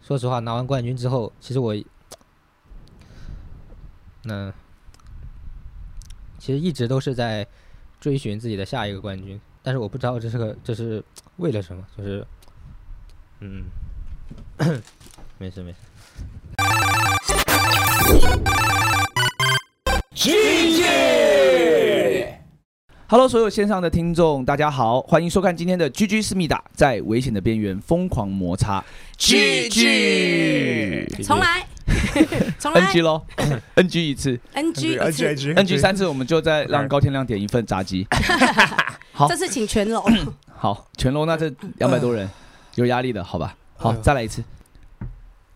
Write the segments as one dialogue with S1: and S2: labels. S1: 说实话，拿完冠军之后，其实我，嗯、其实一直都是在追寻自己的下一个冠军，但是我不知道这是个这是为了什么，就是，嗯，没事没事。
S2: Hello，所有线上的听众，大家好，欢迎收看今天的 GG 思密达，在危险的边缘疯狂摩擦 GG
S3: 重来，重来
S2: NG 咯 ，NG 一次
S3: ，NG 一
S4: G
S3: 次
S4: G
S2: ，NG 三次，我们就再让高天亮点一份炸鸡。好
S3: 这次请全龙。
S2: 好，全楼那这两百多人有压力的，好吧？好
S4: 哎，呦
S2: 再来一次。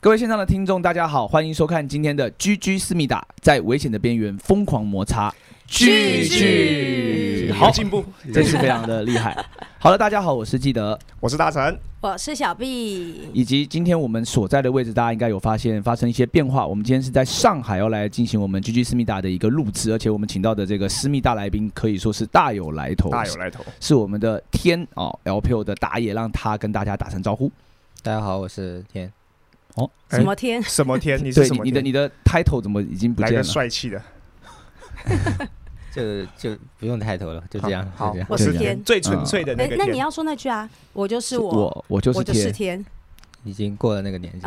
S2: 各位线上的听众，大家好，欢迎收看今天的 GG 思密达，在危险的边缘疯狂摩擦
S4: GG
S2: 好
S4: 有，进步，
S2: 这次非常的厉害。好了，大家好，我是记得，
S4: 我是大成，
S3: 我是小 B，
S2: 以及今天我们所在的位置，大家应该有发现发生一些变化。我们今天是在上海要来进行我们 GG 思密达的一个录制，而且我们请到的这个思密达来宾可以说是大有来头，
S4: 大有来头。
S2: 是我们的天哦 LPL 的打野，让他跟大家打声招呼。
S1: 大家好，我是天。
S3: 什么天？
S4: 什么天？你是
S2: 对
S4: 什么
S2: 你
S4: 天？
S2: 的你的 title 怎么已经不
S4: 来
S2: 见
S4: 个
S2: 了？
S4: 帅气的，
S1: 就就不用抬头了，就这样，
S4: 好
S1: 就这样。
S3: 我
S2: 对
S3: 是
S2: 对
S3: 天。
S4: 最纯粹的那
S3: 哎
S4: 个，天。
S3: 那你要说那句啊，我就是我，
S2: 我我就是
S3: 我就
S2: 天
S3: 是，天。
S1: 已经过了那个年纪，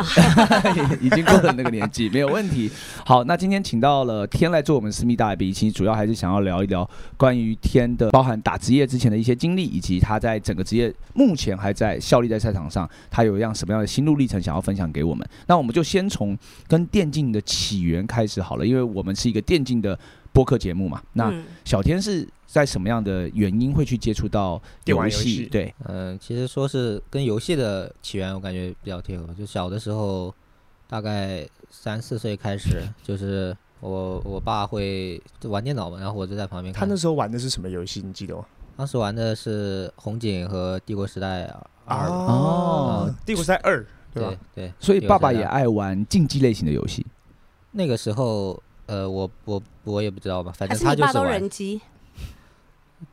S2: 已经过了那个年纪，没有问题。 好，那今天请到了天来做我们私密大来宾，其实主要还是想要聊一聊关于天的，包含打职业之前的一些经历，以及他在整个职业目前还在效力在赛场上，他有一样什么样的心路历程想要分享给我们。那我们就先从跟电竞的起源开始好了，因为我们是一个电竞的播客节目嘛。那
S3: 嗯
S2: 小天是在什么样的原因会去接触到
S4: 电玩
S2: 游
S4: 游戏
S2: 对，
S1: 嗯，其实说是跟游戏的起源，我感觉比较贴合。就小的时候，大概三四岁开始，就是我我爸会就玩电脑嘛，然后我就在旁边
S4: 他
S1: 看
S4: 那。时候玩的是什么游戏？你记得吗？
S1: 当时玩的是红警和帝国时代二，
S2: 啊
S1: 啊
S2: 哦，
S4: 帝国时代二，对吧
S1: 对？对。
S2: 所以
S1: 帝国
S2: 爸爸
S1: 时代
S2: 也爱玩竞技类型的游戏。
S1: 那个时候，呃，我我我也不知道吧，反
S3: 还
S1: 正
S3: 是
S1: 他
S3: 你
S1: 就
S3: 爸
S1: 是
S3: 都
S1: 玩
S3: 人机？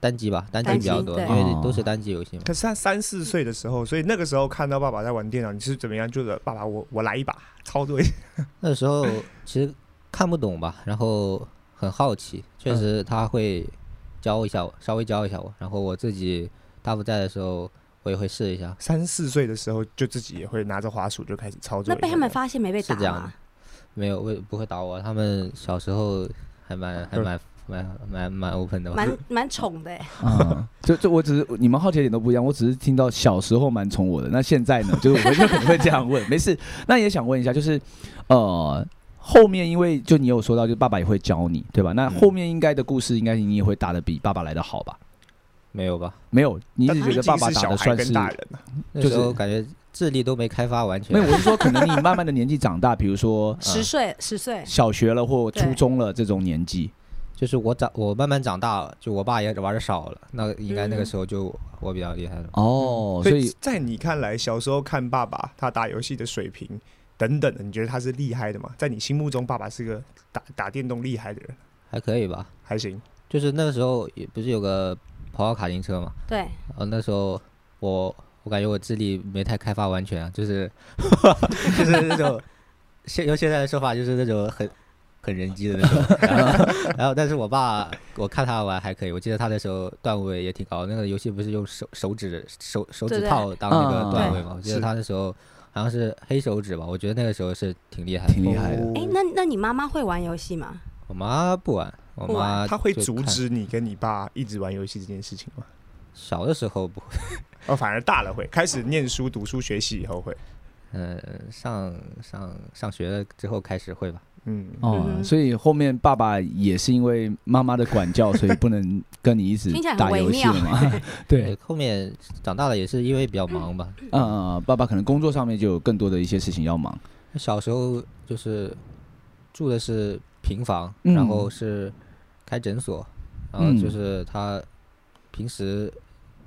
S1: 单机吧，单机
S3: 单
S1: 比较
S3: 机
S1: 多，
S3: 对
S1: 因为
S2: 哦
S1: 都是单机游戏嘛。
S4: 可是他三四岁的时候，所以那个时候看到爸爸在玩电脑，你是怎么样？就是爸爸，我我来一把，操作 一下。
S1: 那时候其实看不懂吧，然后很好奇，确
S4: 嗯
S1: 实他会教一下我，稍微教一下我，然后我自己他不在的时候，我也会试一下。
S4: 三四岁的时候，就自己也会拿着滑鼠就开始操作
S3: 那
S4: 一下。
S3: 被他们发现没被打
S1: 是这样的
S3: 吗？
S1: 没有，我也不会打我，他们小时候还蛮还
S4: 嗯
S1: 蛮蛮蛮蛮 open 的吧。
S3: 蛮蛮宠的欸，
S2: 啊， 就就我只是你们好奇的点都不一样，我只是听到小时候蛮宠我的，那现在呢，就是我就可能会 这样问，没事。那也想问一下，就是呃，后面因为就你有说到，就爸爸也会教你，对吧？那后面应该的故事，应该你也会打的比爸爸来的好吧？
S1: 没有吧？
S2: 没有，你一
S4: 但
S2: 直
S4: 毕
S2: 觉
S4: 竟
S2: 得
S4: 是
S2: 爸爸打的
S4: 小孩
S2: 算
S4: 跟
S2: 是
S4: 大人啊，
S1: 那
S2: 就
S1: 时候
S2: 是
S1: 感觉智力都没开发完全。
S2: 没有，我是说可能你慢慢的年纪长大，比如说
S3: 十岁十岁，
S2: 小学了或
S3: 对
S2: 初中了这种年纪，
S1: 就是我长我慢慢长大了，就我爸也玩的少了，那应该那个
S3: 嗯
S1: 时候就我比较厉害了。
S2: 哦，所
S4: 所以
S2: 以
S4: 在你看来，小时候看爸爸他打游戏的水平等等的，你觉得他是厉害的吗？在你心目中，爸爸是个打打电动厉害的人，
S1: 还可以吧？
S4: 还行。
S1: 就是那个时候也不是有个跑跑卡丁车嘛，
S3: 对，
S1: 呃，那时候我我感觉我智力没太开发完全啊，就是 就是那种现用现在的说法就是那种很很人机的那种。然后然后，但是我爸我看他玩还可以，我记得他那时候段位也挺高，那个游戏不是用手手指手手
S3: 对
S1: 指
S3: 对
S1: 套当那
S2: 嗯
S1: 个段位嘛？我记得
S4: 是
S1: 他那时候好像是黑手指吧，我觉得那个时候是挺厉害的。
S2: 挺厉害
S4: 哦
S2: 的。
S3: 哎，那那你妈妈会玩游戏吗？
S1: 我妈不玩，我
S3: 不玩
S1: 妈
S4: 他会
S1: 就
S4: 阻
S1: 看。
S4: 止你跟你爸一直玩游戏这件事情吗？
S1: 小的时候不会，
S4: 哦，反而大了会开始念书、读书、学习以后会，
S1: 嗯、上上上学了之后开始会吧。
S4: 嗯，
S2: 哦
S3: 嗯，哼
S2: 所以后面爸爸也是因为妈妈的管教，所以不能跟你一直
S3: 听起来很
S2: 打
S3: 微
S2: 游戏
S3: 妙
S2: 了嘛。 对，，
S1: 后面长大了也是因为比较忙吧。
S3: 嗯
S2: 呃，爸爸可能工作上面就有更多的一些事情要忙。
S1: 小时候就是住的是平房，
S2: 嗯
S1: 然后是开诊所，然后
S2: 嗯
S1: 就是他平时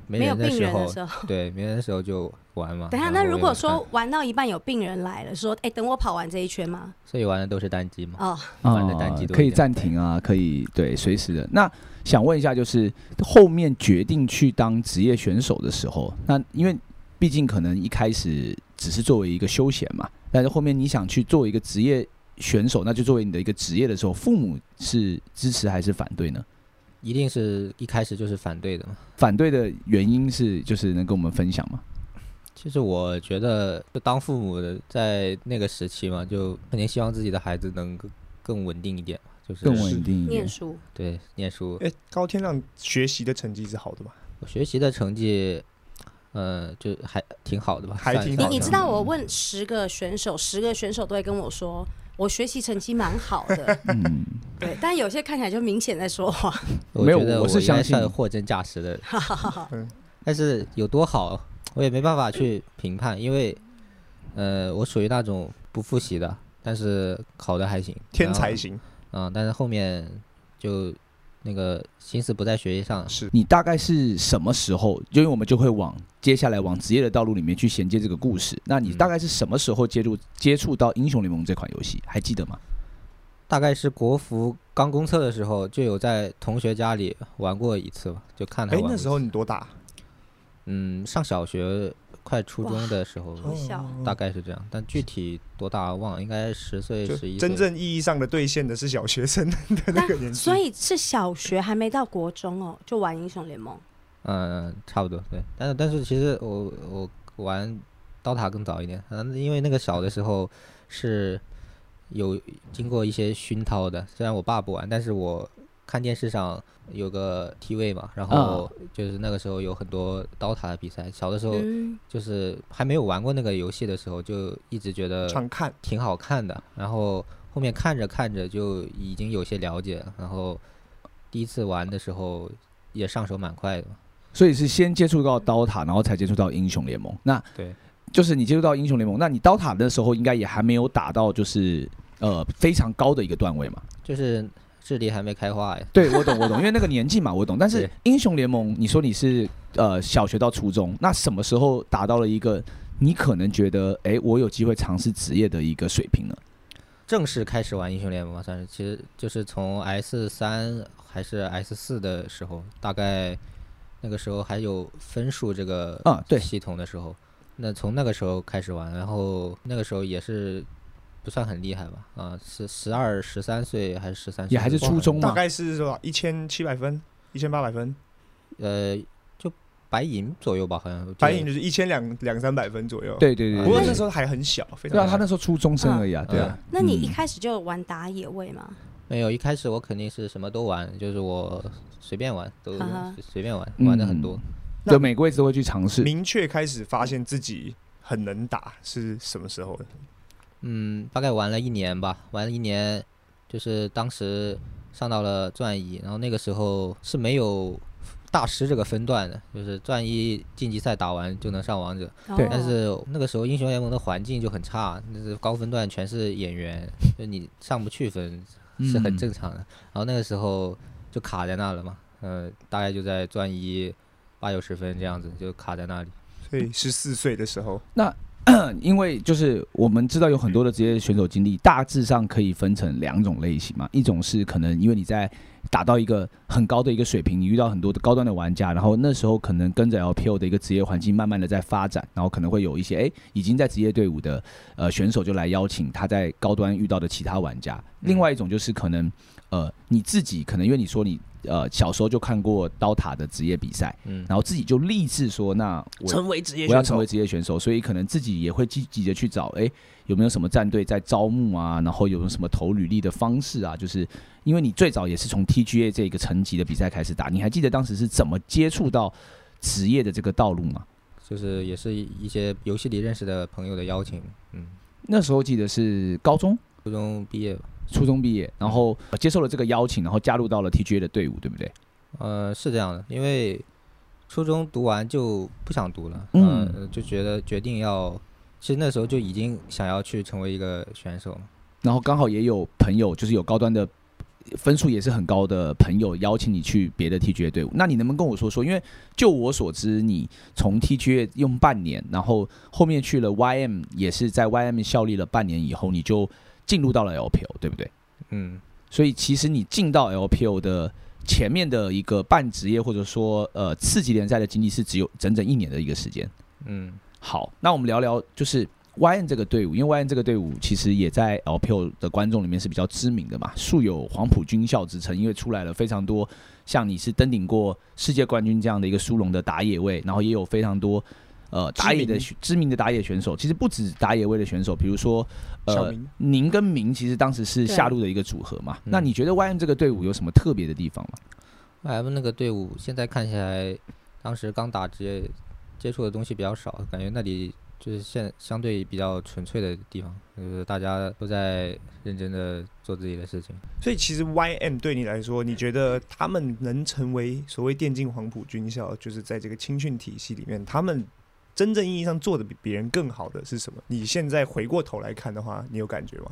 S1: 没
S3: 没有
S1: 人的
S3: 病
S1: 时
S3: 人的
S1: 候，
S3: 时候。
S1: 对，没人的时候就玩嘛。
S3: 等一下，
S1: 然
S3: 那
S1: 后
S3: 如
S1: 我
S3: 果
S1: 也
S3: 说
S1: 看，
S3: 玩到一半有病人来了，说，哎，等我跑完这一圈吗？
S1: 所以玩的都是单机嘛，
S3: 哦，
S1: 玩
S2: 啊
S1: 的嗯单机，多一点
S2: 可以暂停啊，可以对，随时的。那想问一下，就是后面决定去当职业选手的时候，那因为毕竟可能一开始只是作为一个休闲嘛。但是后面你想去作为一个职业选手，那就作为你的一个职业的时候，父母是支持还是反对呢？
S1: 一定是一开始就是反对的嘛。
S2: 反对的原因是，就是能跟我们分享吗？
S1: 其实我觉得，就当父母的在那个时期嘛，就肯定希望自己的孩子能更更稳定一点嘛，就是
S2: 更稳定一
S3: 念
S2: 点。
S3: 书，
S1: 对念书。
S4: 哎，高天亮学习的成绩是好的嘛？
S1: 我学习的成绩，呃，就还挺好的吧，
S4: 还
S1: 算
S4: 挺
S3: 你
S4: 好
S1: 算
S4: 的
S3: 你
S1: 是
S3: 知道我问十个选手，十个选手都会跟我说，我学习成绩蛮好的，
S2: 嗯，
S3: 对，但有些看起来就明显在说谎，
S1: 我
S2: 没有
S1: 觉得
S2: 我是
S1: 应该
S2: 相信
S1: 算货真价实的人，
S3: 哈哈哈哈
S4: 嗯
S1: 但是有多好，我也没办法去评判，因为，呃，我属于那种不复习的，但是考的还行，
S4: 天
S1: 然后
S4: 才型
S1: 啊、但是后面就那个心思不在学习上，
S4: 是
S2: 你大概是什么时候？因为我们就会往接下来往职业的道路里面去衔接这个故事。那你
S1: 嗯
S2: 大概是什么时候接触接触到英雄联盟这款游戏？还记得吗？
S1: 大概是国服刚公测的时候，就有在同学家里玩过一次吧，就看他
S4: 哎
S1: 玩，过一
S4: 那
S1: 次。
S4: 时候你多大？
S1: 嗯，上小学快初中的时候，
S3: 好小，
S4: 嗯
S1: 大概是这样，但具体多大忘了，应该十岁、
S4: 就
S1: 十一岁。
S4: 真正意义上的兑现的是小学生的那个年
S3: 但
S4: 纪，
S3: 所以是小学还没到国中哦，就玩英雄联盟，
S1: 嗯，差不多对。但是但是其实我我玩刀塔更早一点，嗯，因为那个小的时候是有经过一些熏陶的，虽然我爸不玩，但是我看电视上有个 TV 嘛，然后就是那个时候有很多刀塔的比赛，小的时候
S3: 嗯，
S1: 就是还没有玩过那个游戏的时候，就一直觉得
S4: 常看
S1: 挺好看的，然后后面看着看着就已经有些了解了，然后第一次玩的时候也上手蛮快的嘛。
S2: 所以是先接触到刀塔，然后才接触到英雄联盟。那
S1: 对，
S2: 就是你接触到英雄联盟，那你刀塔的时候应该也还没有打到就是呃非常高的一个段位嘛？
S1: 就是智力还没开化呀。
S2: 对，我懂，我懂，因为那个年纪嘛，我懂。但是
S1: 对
S2: 英雄联盟，你说你是呃小学到初中，那什么时候达到了一个你可能觉得哎，诶我有机会尝试职业的一个水平呢？
S1: 正式开始玩英雄联盟吧，算是，其实就是从 S 三还是 S 四的时候，大概那个时候还有分数这个
S2: 啊对
S1: 系统的时候，那从那个时候开始玩，然后那个时候也是不算很厉害吧，啊，十十二、十三岁还是十三岁，
S2: 也还是初中
S4: 大
S2: 嘛？
S4: 概是多少？一千七百分，一千八百分，
S1: 呃，就白银左右吧，好像
S4: 白银就是一千两两三百分左右。，
S2: 对对对，
S4: 不过
S2: 对
S4: 那时候还很小，非
S2: 对啊，
S4: 常
S2: 他那时候初中生而已啊，
S1: 嗯
S2: 对啊。
S3: 那你
S2: 嗯
S3: 一开始就玩打野位吗？
S1: 没有，一开始我肯定是什么都玩，就是我随便玩，都
S3: 啊哈
S1: 随随便玩，玩的很
S2: 嗯
S1: 多。
S4: 那
S2: 就每个位置都会去尝试。
S4: 明确开始发现自己很能打是什么时候的？
S1: 嗯，大概玩了一年吧，玩了一年，就是当时上到了钻一，然后那个时候是没有大师这个分段的，就是钻一晋级赛打完就能上王者，
S2: 对
S3: 哦
S1: 但是那个时候英雄联盟的环境就很差，那是高分段全是演员， 就你上不去分是很
S2: 嗯
S1: 正常的。然后那个时候就卡在那了嘛，呃，大概就在钻一八九十分这样子就卡在那里。
S4: 所
S2: 嗯
S4: 以十四岁的时候，
S2: 因为就是我们知道有很多的职业选手经历，大致上可以分成两种类型嘛，一种是可能因为你在打到一个很高的一个水平，你遇到很多的高端的玩家，然后那时候可能跟着 LPL 的一个职业环境慢慢的在发展，然后可能会有一些哎已经在职业队伍的呃选手就来邀请他在高端遇到的其他玩家。另外一种就是可能呃你自己可能因为你说你呃小时候就看过刀塔的职业比赛，
S1: 嗯，
S2: 然后自己就立志说那我
S4: 为职业
S2: 我要成为职业选手，所以可能自己也会积极的去找，诶，有没有什么战队在招募啊？然后有没有什么投履历的方式啊？就是因为你最早也是从 TGA 这个层级的比赛开始打，你还记得当时是怎么接触到职业的这个道路吗？
S1: 就是也是一些游戏里认识的朋友的邀请，嗯，
S2: 那时候记得是高中、
S1: 初中毕业吧。
S2: 初中毕业，然后呃接受了这个邀请，然后加入到了 TGA 的队伍，对不对？
S1: 呃，是这样的，因为初中读完就不想读了，
S2: 嗯
S1: 呃，就觉得决定要，其实那时候就已经想要去成为一个选手了。
S2: 然后刚好也有朋友，就是有高端的分数也是很高的朋友邀请你去别的 TGA 队伍，那你能不能跟我说说？因为就我所知，你从 TGA 用半年，然后后面去了 YM，也是在 YM 效力了半年以后，你就进入到了 LPL，对不对？
S1: 嗯，
S2: 所以其实你进到 LPL 的前面的一个半职业或者说呃次级联赛的经历是只有整整一年的一个时间。
S1: 嗯，
S2: 好，那我们聊聊就是 YN 这个队伍，因为 YN 这个队伍其实也在 LPL 的观众里面是比较知名的嘛，素有黄埔军校之称，因为出来了非常多像你是登顶过世界冠军这样的一个殊荣的打野位，然后也有非常多。呃，打野的
S4: 知
S2: 选知名的打野选手，其实不止打野位的选手，比如说，
S4: 小
S2: 呃
S4: 明，
S2: 宁跟明，其实当时是
S3: 对
S2: 下路的一个组合嘛。
S1: 嗯
S2: 那你觉得 YM 这个队伍有什么特别的地方吗？
S1: M 那个队伍现在看起来，当时刚打职业接触的东西比较少，感觉那里就是现相对比较纯粹的地方，就是大家都在认真的做自己的事情。
S4: 所以其实 YM 对你来说，你觉得他们能成为所谓电竞黄埔军校，就是在这个青训体系里面，他们真正意义上做的比别人更好的是什么？你现在回过头来看的话，你有感觉吗？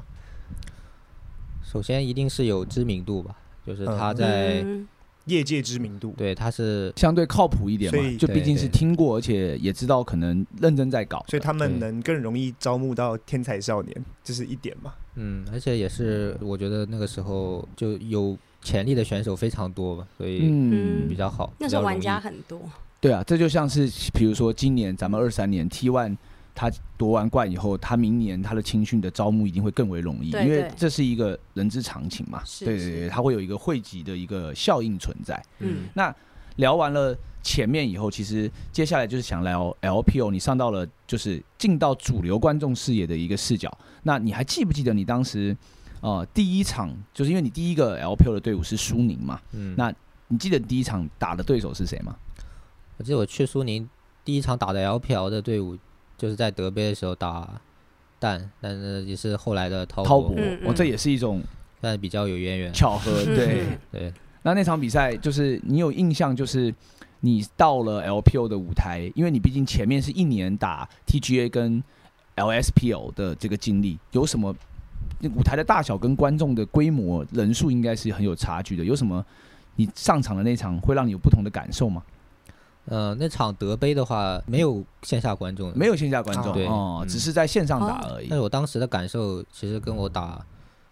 S1: 首先一定是有知名度吧，就是他
S4: 嗯
S1: 在、
S3: 嗯
S4: 业界知名度，
S1: 对他是
S2: 相对靠谱一点
S4: 所
S2: 嘛，
S4: 以
S2: 就毕竟是
S1: 对对
S2: 听过，而且也知道可能认真在搞。
S4: 所以他
S1: 对
S4: 们能更容易招募到天才少年，这是一点嘛？
S1: 嗯，而且也是我觉得那个时候就有潜力的选手非常多吧，所以
S2: 嗯
S1: 比，较好。
S3: 那
S1: 比
S3: 时候
S1: 较
S3: 玩
S1: 容易
S3: 家很多，
S2: 对啊，这就像是比如说今年咱们二三年 T One 他夺完冠以后，他明年他的青训的招募一定会更为容易，
S3: 对
S2: 因为
S3: 对
S2: 这是一个人之常情嘛。
S3: 是
S2: 对对
S3: 是
S2: 对，它会有一个汇集的一个效应存在。
S3: 嗯，
S2: 聊完了前面以后，其实接下来就是想聊 LPO，你上到了就是进到主流观众视野的一个视角。那你还记不记得你当时呃第一场，就是因为你第一个 LPO 的队伍是苏宁嘛？
S1: 嗯，
S2: 那你记得第一场打的对手是谁吗？
S1: 我记得我去苏宁第一场打的 LPL 的队伍，就是在德杯的时候打蛋，但是也是后来的滔
S2: 滔
S1: 博
S2: 博，
S3: 嗯
S2: 哦，这也是一种
S1: 但比较有渊源。
S2: 巧合，对。
S3: 嗯
S1: 对，
S2: 那那场比赛就是你有印象，就是你到了 LPO 的舞台，因为你毕竟前面是一年打 TGA 跟 LSPL 的这个经历，有什么那舞台的大小跟观众的规模人数应该是很有差距的，有什么？你上场的那场会让你有不同的感受吗？
S1: 呃，那场德杯的话没有线下观众，
S2: 没。有线下观众
S4: 啊
S1: 对
S2: 哦，
S1: 嗯
S2: 只是在线上打而已
S1: 但。是我当时的感受其实跟我打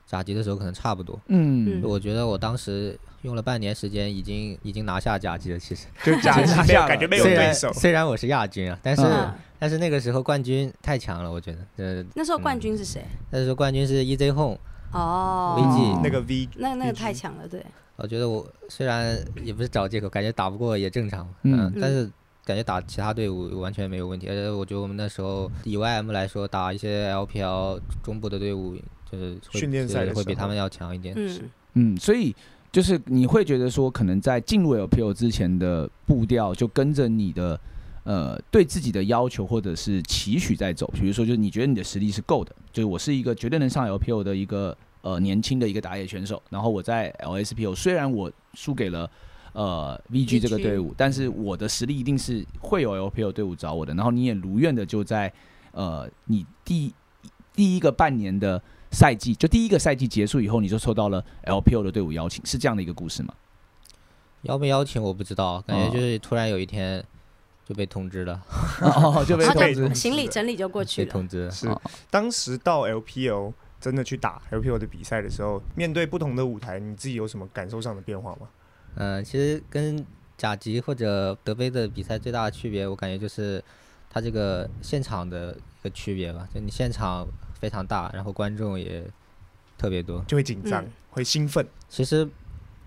S1: 甲级的时候可能差不多。
S2: 嗯，
S1: 我觉得我当时用了半年时间，已经已经拿下甲级了。其实
S4: 就假
S2: 拿
S4: 期没
S2: 下
S4: 有
S2: 了
S4: 感觉没有
S1: 虽
S4: 对
S1: 然
S4: 手，
S1: 虽然我是亚军啊，但是、
S2: 嗯
S3: 嗯
S1: 但是那个时候冠军太强了，我觉得。呃，
S3: 那时候冠军是谁？
S1: 那时候冠军是 EZ Home，
S3: 哦，
S2: 嗯
S1: VG
S4: 那个 V
S3: 那那个
S4: VG
S3: 太强了，对，
S1: 我觉得我虽然也不是找借口，感觉打不过也正常，
S2: 嗯
S1: 嗯，但是感觉打其他队伍完全没有问题。而且我觉得我们那时候以 YM 来说，打一些 LPL 中部的队伍，就是会
S4: 训练赛的
S1: 是会
S4: 时
S1: 比他
S4: 候
S1: 们要强一点。
S3: 嗯，
S2: 嗯，所以就是你会觉得说，可能在进入 LPL 之前的步调，就跟着你的呃对自己的要求或者是期许在走。比如说，就是你觉得你的实力是够的，就是我是一个绝对能上 LPL 的一个呃年轻的一个打野选手。然后我在 LSPL 虽然我输给了。呃，VG 这个队伍，但是我的实力一定是会有 LPL 队伍找我的。然后你也如愿的就在呃，你第第一个半年的赛季，就第一个赛季结束以后，你就收到了 LPL 的队伍邀请，是这样的一个故事吗？
S1: 邀没邀请我不知道，感
S2: 哦
S1: 觉就是突然有一天就被通知了，
S2: 哦，就被
S3: 然后
S2: 通
S4: 对
S2: 知
S3: 就行李整理就过 去
S1: 被
S3: 了，
S1: 通知了。
S4: 是
S2: 哦
S4: 当时到 LPL 真的去打 LPL 的比赛的时候，面对不同的舞台，你自己有什么感受上的变化吗？
S1: 嗯、其实跟甲级或者德杯的比赛最大的区别，我感觉就是它这个现场的一个区别吧，就你现场非常大，然后观众也特别多。
S4: 就会紧张，
S3: 嗯
S4: 会兴奋，
S1: 其实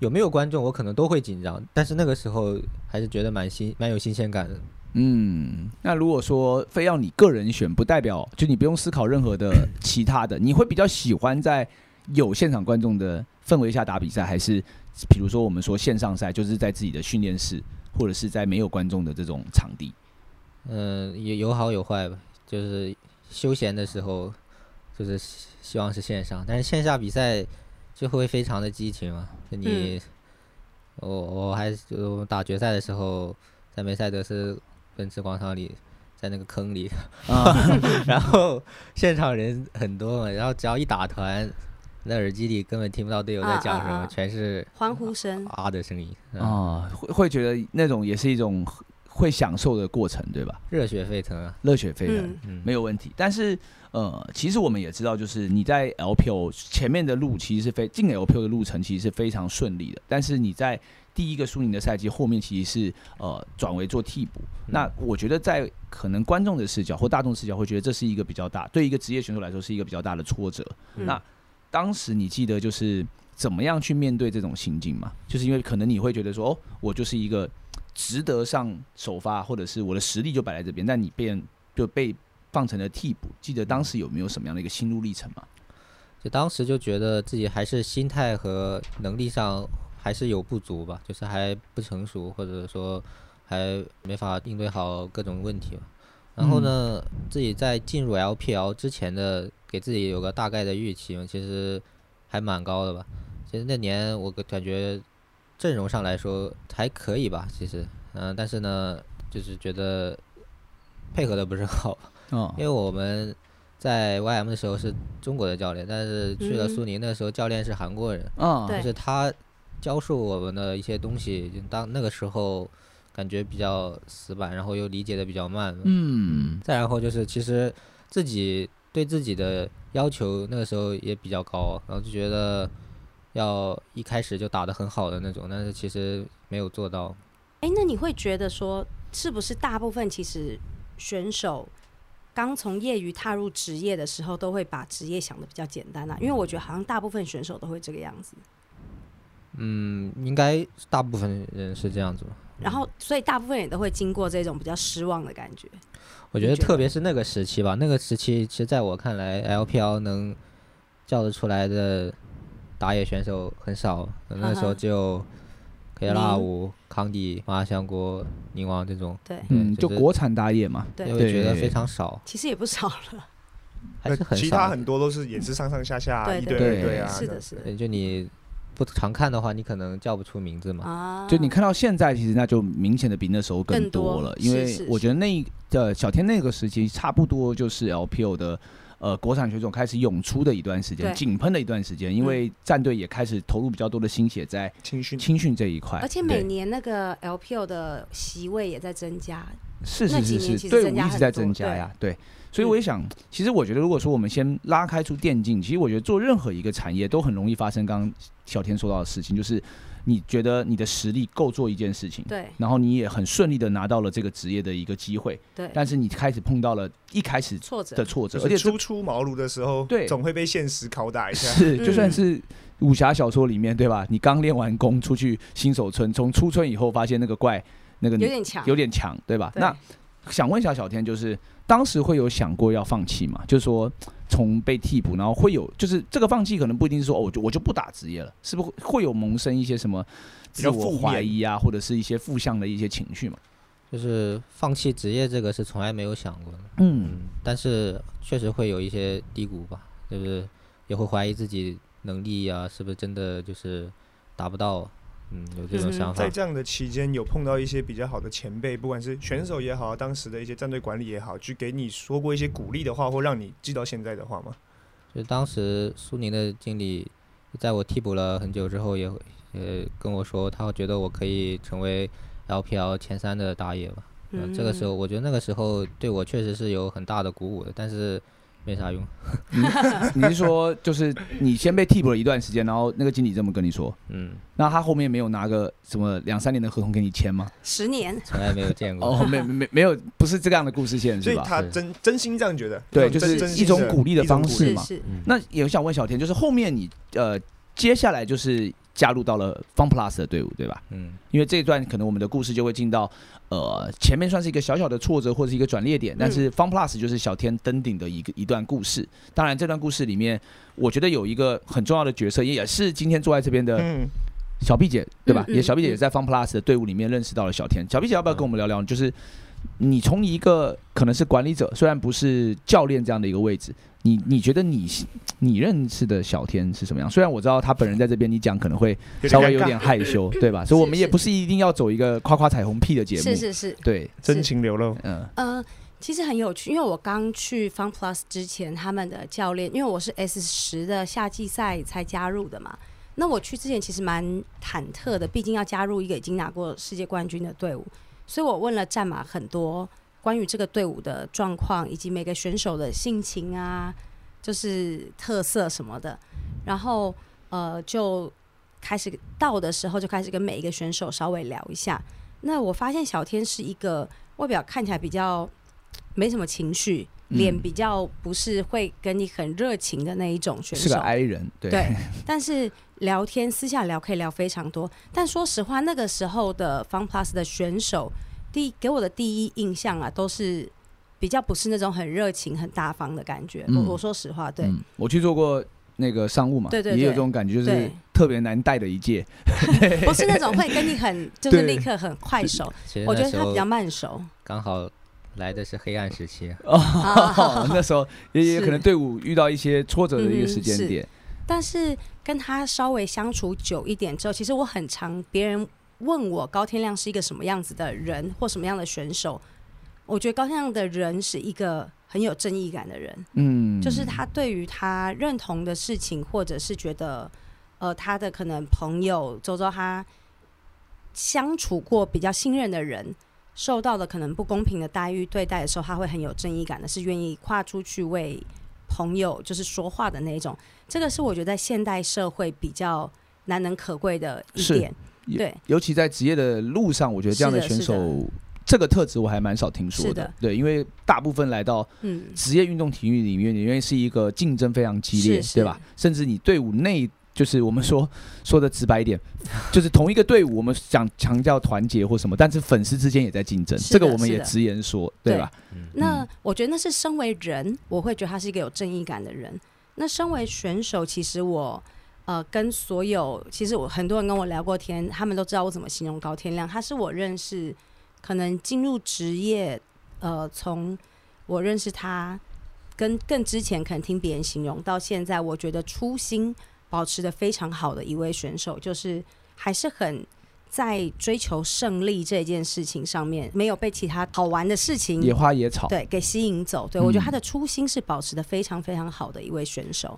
S1: 有没有观众，我可能都会紧张，但是那个时候还是觉得蛮新、蛮有新鲜感的。
S2: 嗯，那如果说非要你个人选，不代表就你不用思考任何的其他的，你会比较喜欢在有现场观众的氛围下打比赛，还是比如说我们说线上赛，就是在自己的训练室，或者是在没有观众的这种场地？
S1: 嗯，有有好有坏吧，就是休闲的时候，就是希希望是线上，但是线下比赛就会非常的激情嘛。就
S3: 嗯
S1: 你，我我还就我们打决赛的时候，在梅赛德斯奔驰广场里，在那个坑里，
S2: 啊，
S1: 然后现场人很多嘛，然后只要一打团，那耳机里根本听不到队友在
S3: 啊
S1: 讲
S3: 啊
S1: 什么，
S3: 啊
S1: 全是
S3: 欢呼声，
S1: 啊的声音，嗯、
S2: 啊，会会觉得那种也是一种会享受的过程，对吧？
S1: 热血沸腾啊！
S2: 热血沸腾。
S3: 嗯，
S1: 嗯，
S2: 没有问题。但是呃，其实我们也知道，就是你在 LPO 前面的路其实是非进 LPO 的路程其实是非常顺利的，但是你在第一个输赢的赛季后面其实是呃转为做替补。那我觉得在可能观众的视角或大众视角会觉得这是一个比较大，对一个职业选手来说是一个比较大的挫折。
S3: 嗯
S2: 那当时你记得就是怎么样去面对这种心境吗？就是因为可能你会觉得说，哦，我就是一个值得上首发，或者是我的实力就摆在这边，但你变就被放成了替补。记得当时有没有什么样的一个心路历程吗？
S1: 就当时就觉得自己还是心态和能力上还是有不足吧，就是还不成熟，或者说还没法应对好各种问题吧。然后呢，自己在进入 LPL 之前的给自己有个大概的预期嘛，其实还蛮高的吧。其实那年我感觉阵容上来说还可以吧，其实，嗯、但是呢，就是觉得配合的不是很好吧。
S3: 哦
S2: 嗯
S1: 因为我们在 YM 的时候是中国的教练，但是去了
S3: 嗯
S1: 苏宁的时候，教练是韩国人，
S2: 啊，
S3: 对
S1: 就是他教授我们的一些东西，就当那个时候感觉比较死板，然后又理解的比较慢。
S2: 嗯
S1: 再然后就是，其实自己对自己的要求那个时候也比较高，然后就觉得要一开始就打得很好的那种，但是其实没有做到。
S3: 哎，那你会觉得说，是不是大部分其实选手刚从业余踏入职业的时候，都会把职业想的比较简单啊？因为我觉得好像大部分选手都会这个样子。
S1: 嗯，应该大部分人是这样子吧。
S3: 然
S4: 嗯
S2: 嗯
S3: 后，所以大部分也都会经过这种比较失望的感觉。
S1: 我
S3: 你
S1: 觉得
S3: 觉
S1: 特
S3: 得
S1: 别是那个时期吧，那个时期其实在我看来，LPL 能叫得出来的打野选手很少，那时
S3: 哈哈
S1: 候只有克耶拉
S3: 宁
S1: 舞、康帝、麻香国、宁王这种，
S3: 对
S2: 嗯，
S1: 就
S2: 就是国产打野嘛，
S1: 因
S3: 对，
S1: 为觉得
S2: 对
S1: 非常少，
S3: 其实也不少了。
S1: 还是很
S4: 其
S1: 少
S4: 他
S1: 的
S4: 很多都是也是上上下下
S3: 对
S4: 一
S3: 对
S4: 对
S2: 对
S4: 二对啊，
S3: 是
S4: 这
S3: 的，
S4: 样
S3: 是
S4: 子
S3: 的
S1: 对就你不常看的话，你可能叫不出名字嘛。
S3: 啊。
S2: 就你看到现在，其实那就明显的比那时候
S3: 更多
S2: 多了，
S3: 是
S2: 因为
S3: 是
S2: 我觉得那一的小天那个时期，差不多就是 LPL 的呃国产选手开始涌出的一段时间，
S3: 对嗯
S2: 井喷的一段时间，因为战队也开始投入比较多的心血在
S4: 青训
S2: 青训这一块，
S3: 而且每
S2: 对
S3: 年那个 LPL 的席位也在增加，
S2: 是
S3: 那
S2: 是
S3: 几年
S2: 是是，
S3: 其实
S2: 队伍
S3: 增加
S2: 一直
S3: 很
S2: 在
S3: 多嗯
S2: 增加呀，对，所以我也想，其实我觉得，如果说我们先拉开出电竞，其实我觉得做任何一个产业都很容易发生刚刚小天说到的事情，就是你觉得你的实力够做一件事情。
S3: 对
S2: 然后你也很顺利的拿到了这个职业的一个机会，
S3: 对，
S2: 但是你开始碰到了一开始
S3: 挫折
S2: 的挫折，
S4: 就
S2: 而且
S4: 是
S2: 这
S4: 初出茅庐的时候，
S2: 对
S4: 总会被现实拷打一下。
S2: 是
S3: 嗯
S2: 就算是武侠小说里面对吧？你刚练完功出去新手村，从出村以后发现那个怪那个
S3: 有点强，
S2: 有点强，对吧？
S3: 对
S2: 那想问一下小天，就是当时会有想过要放弃吗？就是说从被替补，然后会有就是这个放弃可能不一定是说哦，我就我就不打职业了，是不是会有萌生一些什么自
S4: 比较
S2: 我
S4: 负面
S2: 怀疑啊，或者是一些负向的一些情绪嘛？
S1: 就是放弃职业这个是从来没有想过的，
S2: 嗯，
S1: 但是确实会有一些低谷吧，就是也会怀疑自己能力啊，是不是真的就是达不到，嗯，有这种
S3: 嗯哼
S1: 想法
S4: 在。这样的期间，有碰到一些比较好的前辈，不管是选手也好，当时的一些战队管理也好，去给你说过一些鼓励的话，或让你记到现在的话吗？
S1: 就当时苏宁的经理，在我替补了很久之后也，呃跟我说，他觉得我可以成为 LPL 前三的打野吧。呃
S3: 嗯
S1: 这个时候，我觉得那个时候对我确实是有很大的鼓舞的，但是没啥用。
S2: 你是说就是你先被替补了一段时间，然后那个经理这么跟你说，
S1: 嗯，
S2: 那他后面没有拿个什么两三年的合同给你签 吗？
S3: 嗯十年，
S1: 从来没有见过。
S2: 哦，没没没没有，不是这样的故事线
S4: 所
S2: 是
S4: 以
S2: 吧？
S4: 他
S1: 是
S4: 真真心这样觉得，
S2: 对，就
S4: 这
S2: 是
S4: 真
S2: 一
S4: 心
S2: 种
S4: 的
S2: 鼓励的
S4: 一种
S2: 方
S4: 鼓
S2: 式
S3: 是
S2: 嘛。
S3: 是，
S1: 嗯
S2: 那也想问小田，就是后面你呃接下来就是加入到了 Fun Plus 的队伍，对吧？
S1: 嗯，
S2: 因为这一段可能我们的故事就会进到呃前面算是一个小小的挫折或者是一个转捩点，但
S4: 嗯
S2: 是 Fun Plus 就是小天登顶的一个一段故事。当然，这段故事里面，我觉得有一个很重要的角色，也也是今天坐在这边的
S4: 嗯，
S2: 小 B 姐，对吧？
S3: 嗯嗯嗯
S2: 也小 B 姐也在 Fun Plus 的队伍里面认识到了小天。小 B 姐要不要跟我们聊聊？就是你从一个可能是管理者，虽然不是教练这样的一个位置，你你觉得你你认识的小天是什么样？虽然我知道他本人在这边，你讲可能会稍微有
S4: 尴尬
S2: 点害 羞，对吧？所以我们
S3: 是
S2: 也不是一定要走一个夸夸彩虹屁的节目，
S3: 是是是，
S2: 对，
S4: 真情流露。
S2: 嗯、
S3: 呃，其实很有趣，因为我刚去 Fun Plus 之前，他们的教练，因为我是 S 十的夏季赛才加入的嘛。那我去之前其实蛮忐忑的，毕竟要加入一个已经拿过世界冠军的队伍，所以我问了战马很多关于这个队伍的状况，以及每个选手的性情啊，就是特色什么的。然后呃，就开始到的时候就开始跟每一个选手稍微聊一下。那我发现小天是一个外表看起来比较没什么情绪，
S2: 嗯
S3: 脸比较不是会跟你很热情的那一种选
S2: 是
S3: 手
S2: 个，I 人，对
S3: 对，但是聊天私下聊可以聊非常多。但说实话，那个时候的 Fun Plus 的选手，第给我的第一印象啊，都是比较不是那种很热情、很大方的感觉。
S2: 嗯
S3: 我我说实话，对、
S2: 嗯，我去做过那个商务嘛，
S3: 对对
S2: 也有
S3: 对
S2: 这种感觉，就是
S3: 对，
S2: 特别难带的一届，
S3: 不是那种会跟 你很就是
S2: 对
S3: 立刻很快手，
S1: 其实
S3: 我觉
S1: 那
S3: 得
S1: 时
S3: 他
S1: 候
S3: 比较慢熟。
S1: 刚好来的是黑暗时期，
S2: 哦， 那时候也也
S3: 啊是嗯
S2: 可能队伍遇到一些挫折的一个时间点，
S3: 但是跟他稍微相处久一点之后，其实我很常别人问我高天亮是一个什么样子的人或什么样的选手，我觉得高天亮的人是一个很有正义感的人。
S2: 嗯，
S3: 就是他对于他认同的事情，或者是觉得呃他的可能朋友周周他相处过比较信任的人，受到了可能不公平的待遇对待的时候，他会很有正义感的，是愿意跨出去为朋友就是说话的那一种。这个是我觉得在现代社会比较难能可贵的一
S2: 是
S3: 点。
S2: 也
S3: 对，
S2: 尤其在职业的路上，我觉得这样
S3: 是的
S2: 选
S3: 是的
S2: 手。这个特质我还蛮少听说
S3: 是
S2: 的
S3: 的，
S2: 对，因为大部分来到
S3: 嗯，
S2: 职业运动体育里面，你因为是一个竞争非常激烈，
S3: 是是
S2: 对吧？甚至你队伍内，就是我们说 说的直白一点， 就是同一个队伍，我们想强调团结或什么，但是粉丝之间也在竞争，
S3: 是
S2: 这
S3: 的
S2: 个我们
S3: 是
S2: 也
S3: 的
S2: 直言说，
S3: 对
S2: 吧？
S1: 嗯，
S3: 那我觉得那是身为人，我会觉得他是一个有正义感的人。那身为选手，其实我呃跟所有，其实我很多人跟我聊过天，他们都知道我怎么形容高天亮。他是我认识，可能进入职业，呃，从我认识他跟更之前，可能听别人形容到现在，我觉得初心保持的非常好的一位选手，就是还是很。在追求胜利这件事情上面，没有被其他好玩的事情
S2: 野花野草，
S3: 嗯对，给吸引走。对、我觉得他
S2: 嗯
S3: 的初心是保持的非常非常好的一位选手。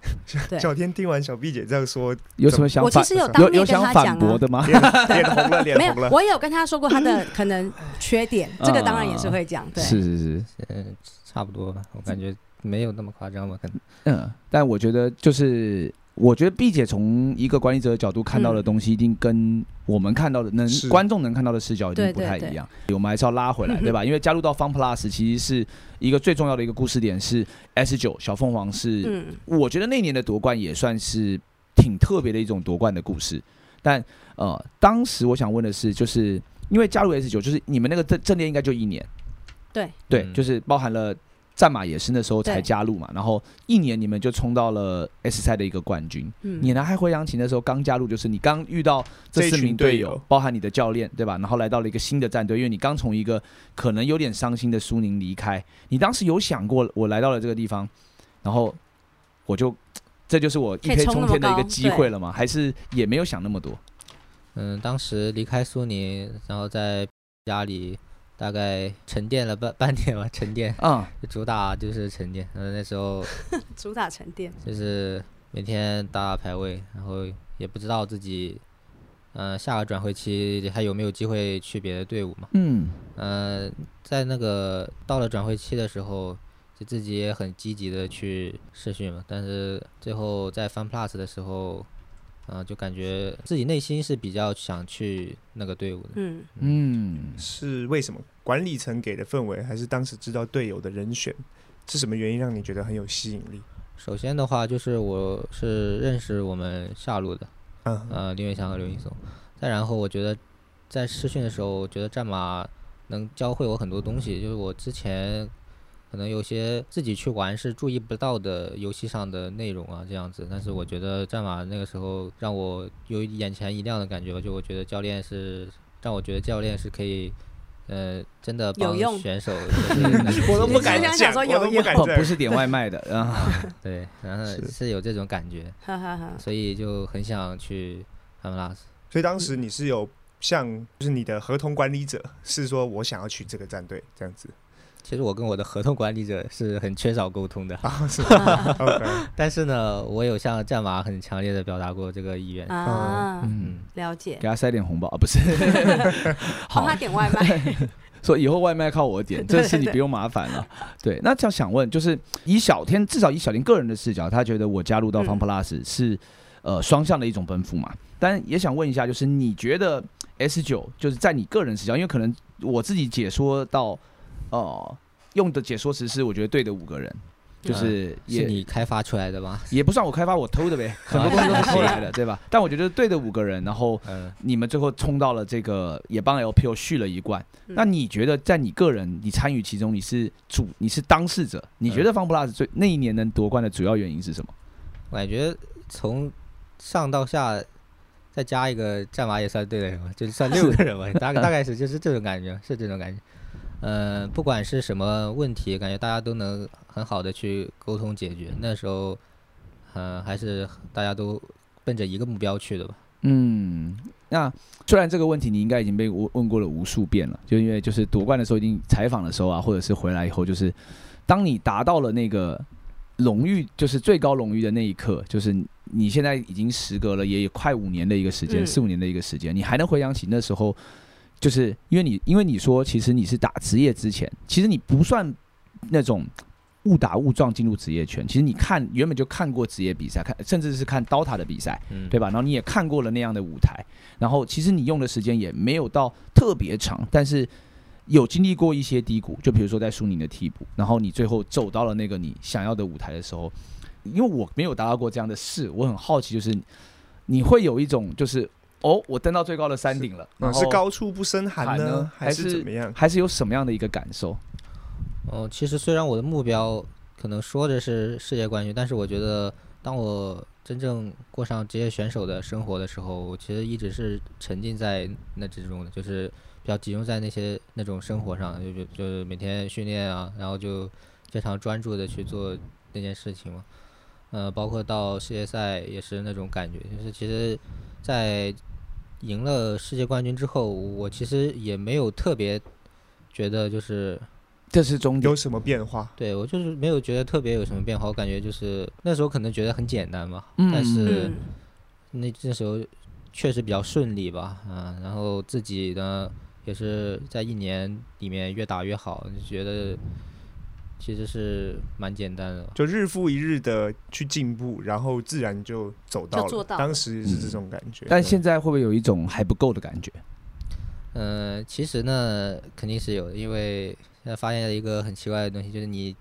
S3: 对
S4: 小天听完小 B 姐这 样说，
S2: 有什么想
S3: 我
S2: 法
S3: 其？实有当
S2: 有
S3: 面
S2: 有
S3: 跟
S2: 想
S3: 他
S2: 反
S3: 讲
S2: 驳
S3: 啊，
S2: 的吗？
S4: 脸脸红了，
S3: 没
S4: 脸
S3: 有
S4: 红，了。
S3: 我有跟他说过他的可能缺点，这个当然也是会讲。对，
S2: 是是是，
S1: 嗯，差不多吧，我感觉没有那么夸张吧，可能
S2: 嗯，但我觉得就是，我觉得 B 姐从一个管理者的角度看到的
S3: 嗯
S2: 东西，一定跟我们看到的能
S4: 是
S2: 观众能看到的视角一定
S3: 对
S2: 不
S3: 对
S2: 太
S3: 对嗯
S2: 一样。我们还是要拉回来，对吧？因为加入到 Fun Plus 其实是一个最重要的一个故事点是 S 九小凤凰是，
S3: 嗯，
S2: 我觉得那年的夺冠也算是挺特别的一种夺冠的故事。但呃，当时我想问的是，就是因为加入 S 九，就是你们那个阵阵列应该就一年。
S3: 对
S2: 对，
S1: 嗯
S2: 就是包含了战马也是那时候才
S3: 对
S2: 加入嘛，然后一年你们就冲到了 S 赛的一个冠军。你
S3: 嗯，
S2: 呢还回想起那时候刚加入，就是你刚遇到这
S4: 这一
S2: 四
S4: 群
S2: 名队
S4: 队
S2: 友
S4: 友，
S2: 包含你的教练对吧？然后来到了一个新的战队，因为你刚从一个可能有点伤心的苏宁离开，你当时有想过我来到了这个地方，然后我就。这就是我一
S3: 可以
S2: 飞
S3: 冲
S2: 冲
S3: 那么
S2: 天的一个
S3: 高
S2: 机会了吗？还是也没有想那么多？
S1: 嗯，当时离开苏宁，然后在家里大概沉淀了半半年吧，沉淀
S2: 嗯，
S1: 主打就是沉淀。嗯，那时候
S3: 主打沉淀，
S1: 就是每天打打排位，然后也不知道自己，嗯、下个转会期还有没有机会去别的队伍嘛。
S2: 嗯，
S1: 嗯，在那个到了转会期的时候，就自己也很积极的去试训嘛，但是最后在 Fun Plus 的时候，嗯、就感觉自己内心是比较想去那个队伍的。
S3: 嗯，
S2: 嗯，
S4: 是为什么？管理层给的氛围，还是当时知道队友的人选，是什么原因让你觉得很有吸引力？
S1: 首先的话，就是我是认识我们下路的，
S4: 嗯，
S1: 呃，林伟翔和刘英松。再然后，我觉得在试训的时候，我觉得战马能教会我很多东西，就是我之前可能有些自己去玩是注意不到的游戏上的内容啊，这样子。但是我觉得战马那个时候让我有眼前一亮的感觉吧，就我觉得教练是让我觉得教练是可以。呃，真的
S3: 有
S1: 帮
S3: 用啊
S1: 选 手就是能提
S4: 嗯我都
S1: 升
S4: 不
S3: 你
S4: 敢
S3: 只
S1: 的
S3: 想
S4: 讲，
S3: 说
S4: 我都
S3: 有
S4: 不敢
S2: 哦，
S4: 讲
S2: 不是点外卖的啊，
S1: 对，然后
S4: 是
S1: 是有这种感觉，
S3: 哈哈哈。
S1: 所以就很想去他们拉斯。
S4: 所以当时你是有像，就是你的合同管理者是说我想要去这个战队这样子
S1: 其实我跟我的合同管理者是很缺少沟通的，
S4: 啊？是，OK，
S1: 但是呢，我有向战马很强烈的表达过这个意愿。
S3: 啊，
S2: 嗯，
S1: 嗯，
S3: 了解。
S2: 给他塞点红包啊，不是？
S3: 帮
S2: 好
S3: 他，点外卖，
S2: 说以后外卖靠我点，这事你不用麻烦了。对，那这样想问，就是以小天，至少以小天个人的视角，他觉得我加入到
S3: 嗯
S2: Fun Plus 是、呃双向的一种奔赴嘛？但也想问一下，就是你觉得 S 九就是在你个人视角，因为可能我自己解说到呃用的解说词是我觉得对的五个人，就是也、
S1: 是你开发出来的吗？
S2: 也不算我开发，我偷的呗，很多东西都是偷来的，对吧？但我觉得对的五个人，然后
S1: 嗯，
S2: 你们最后冲到了这个，也帮 LPO 续了一冠。
S3: 嗯
S2: 那你觉得在你个人，你参与其中，你是主，你是当事者，你觉得方 plus 最那一年能夺冠的主要原因是什么？
S1: 我感觉从上到下再加一个战马也算对的人吧，就是算六个人吧，大概大概是就是这种感觉，是这种感觉。呃，不管是什么问题，感觉大家都能很好的去沟通解决。那时候，呃，还是大家都奔着一个目标去的吧。
S2: 嗯，那虽然这个问题你应该已经被问问过了无数遍了，就因为就是夺冠的时候，一定采访的时候啊，或者是回来以后，就是当你达到了那个荣誉，就是最高荣誉的那一刻，就是你现在已经时隔了也有快五年的一个时间，
S3: 嗯
S2: 四五年的一个时间，你还能回想起那时候，就是因为你因为你说，其实你是打职业之前，其实你不算那种。误打误撞进入职业圈，其实你看原本就看过职业比赛，看甚至是看 DOTA 的比赛，
S1: 嗯，
S2: 对吧？然后你也看过了那样的舞台，然后其实你用的时间也没有到特别长，但是有经历过一些低谷，就比如说在苏宁的替补，然后你最后走到了那个你想要的舞台的时候，因为我没有达到过这样的事，我很好奇，就是你会有一种就是哦，我登到最高的山顶了，然
S4: 嗯
S2: 后
S4: 是高处不胜寒
S2: 喊呢
S4: 呢，，
S2: 还
S4: 是怎么样？
S2: 还是有什么样的一个感受？
S1: 哦，其实虽然我的目标可能说的是世界冠军，但是我觉得当我真正过上职业选手的生活的时候，我其实一直是沉浸在那之中的，就是比较集中在那些那种生活上，就就就是每天训练啊，然后就非常专注的去做那件事情嘛。呃，包括到世界赛也是那种感觉，就是其实，在赢了世界冠军之后，我其实也没有特别觉得就是
S2: 这是终点
S4: 有，什么变化？
S1: 对我就是没有觉得特别有什么变化，我感觉就是那时候可能觉得很简单嘛，
S2: 嗯
S1: 但是
S3: 嗯
S1: 那那时候确实比较顺利吧，啊，然后自己呢也是在一年里面越打越好，就觉得其实是蛮简单的。
S4: 就日复一日的去进步，然后自然就走到
S3: 就做
S4: 了。
S3: 到了
S4: 当时是这种感觉。
S2: 但现在会不会有一种还不够的感觉？
S1: 嗯，其实呢肯定是有的，因为现在发现了一个很奇怪的东西，就是你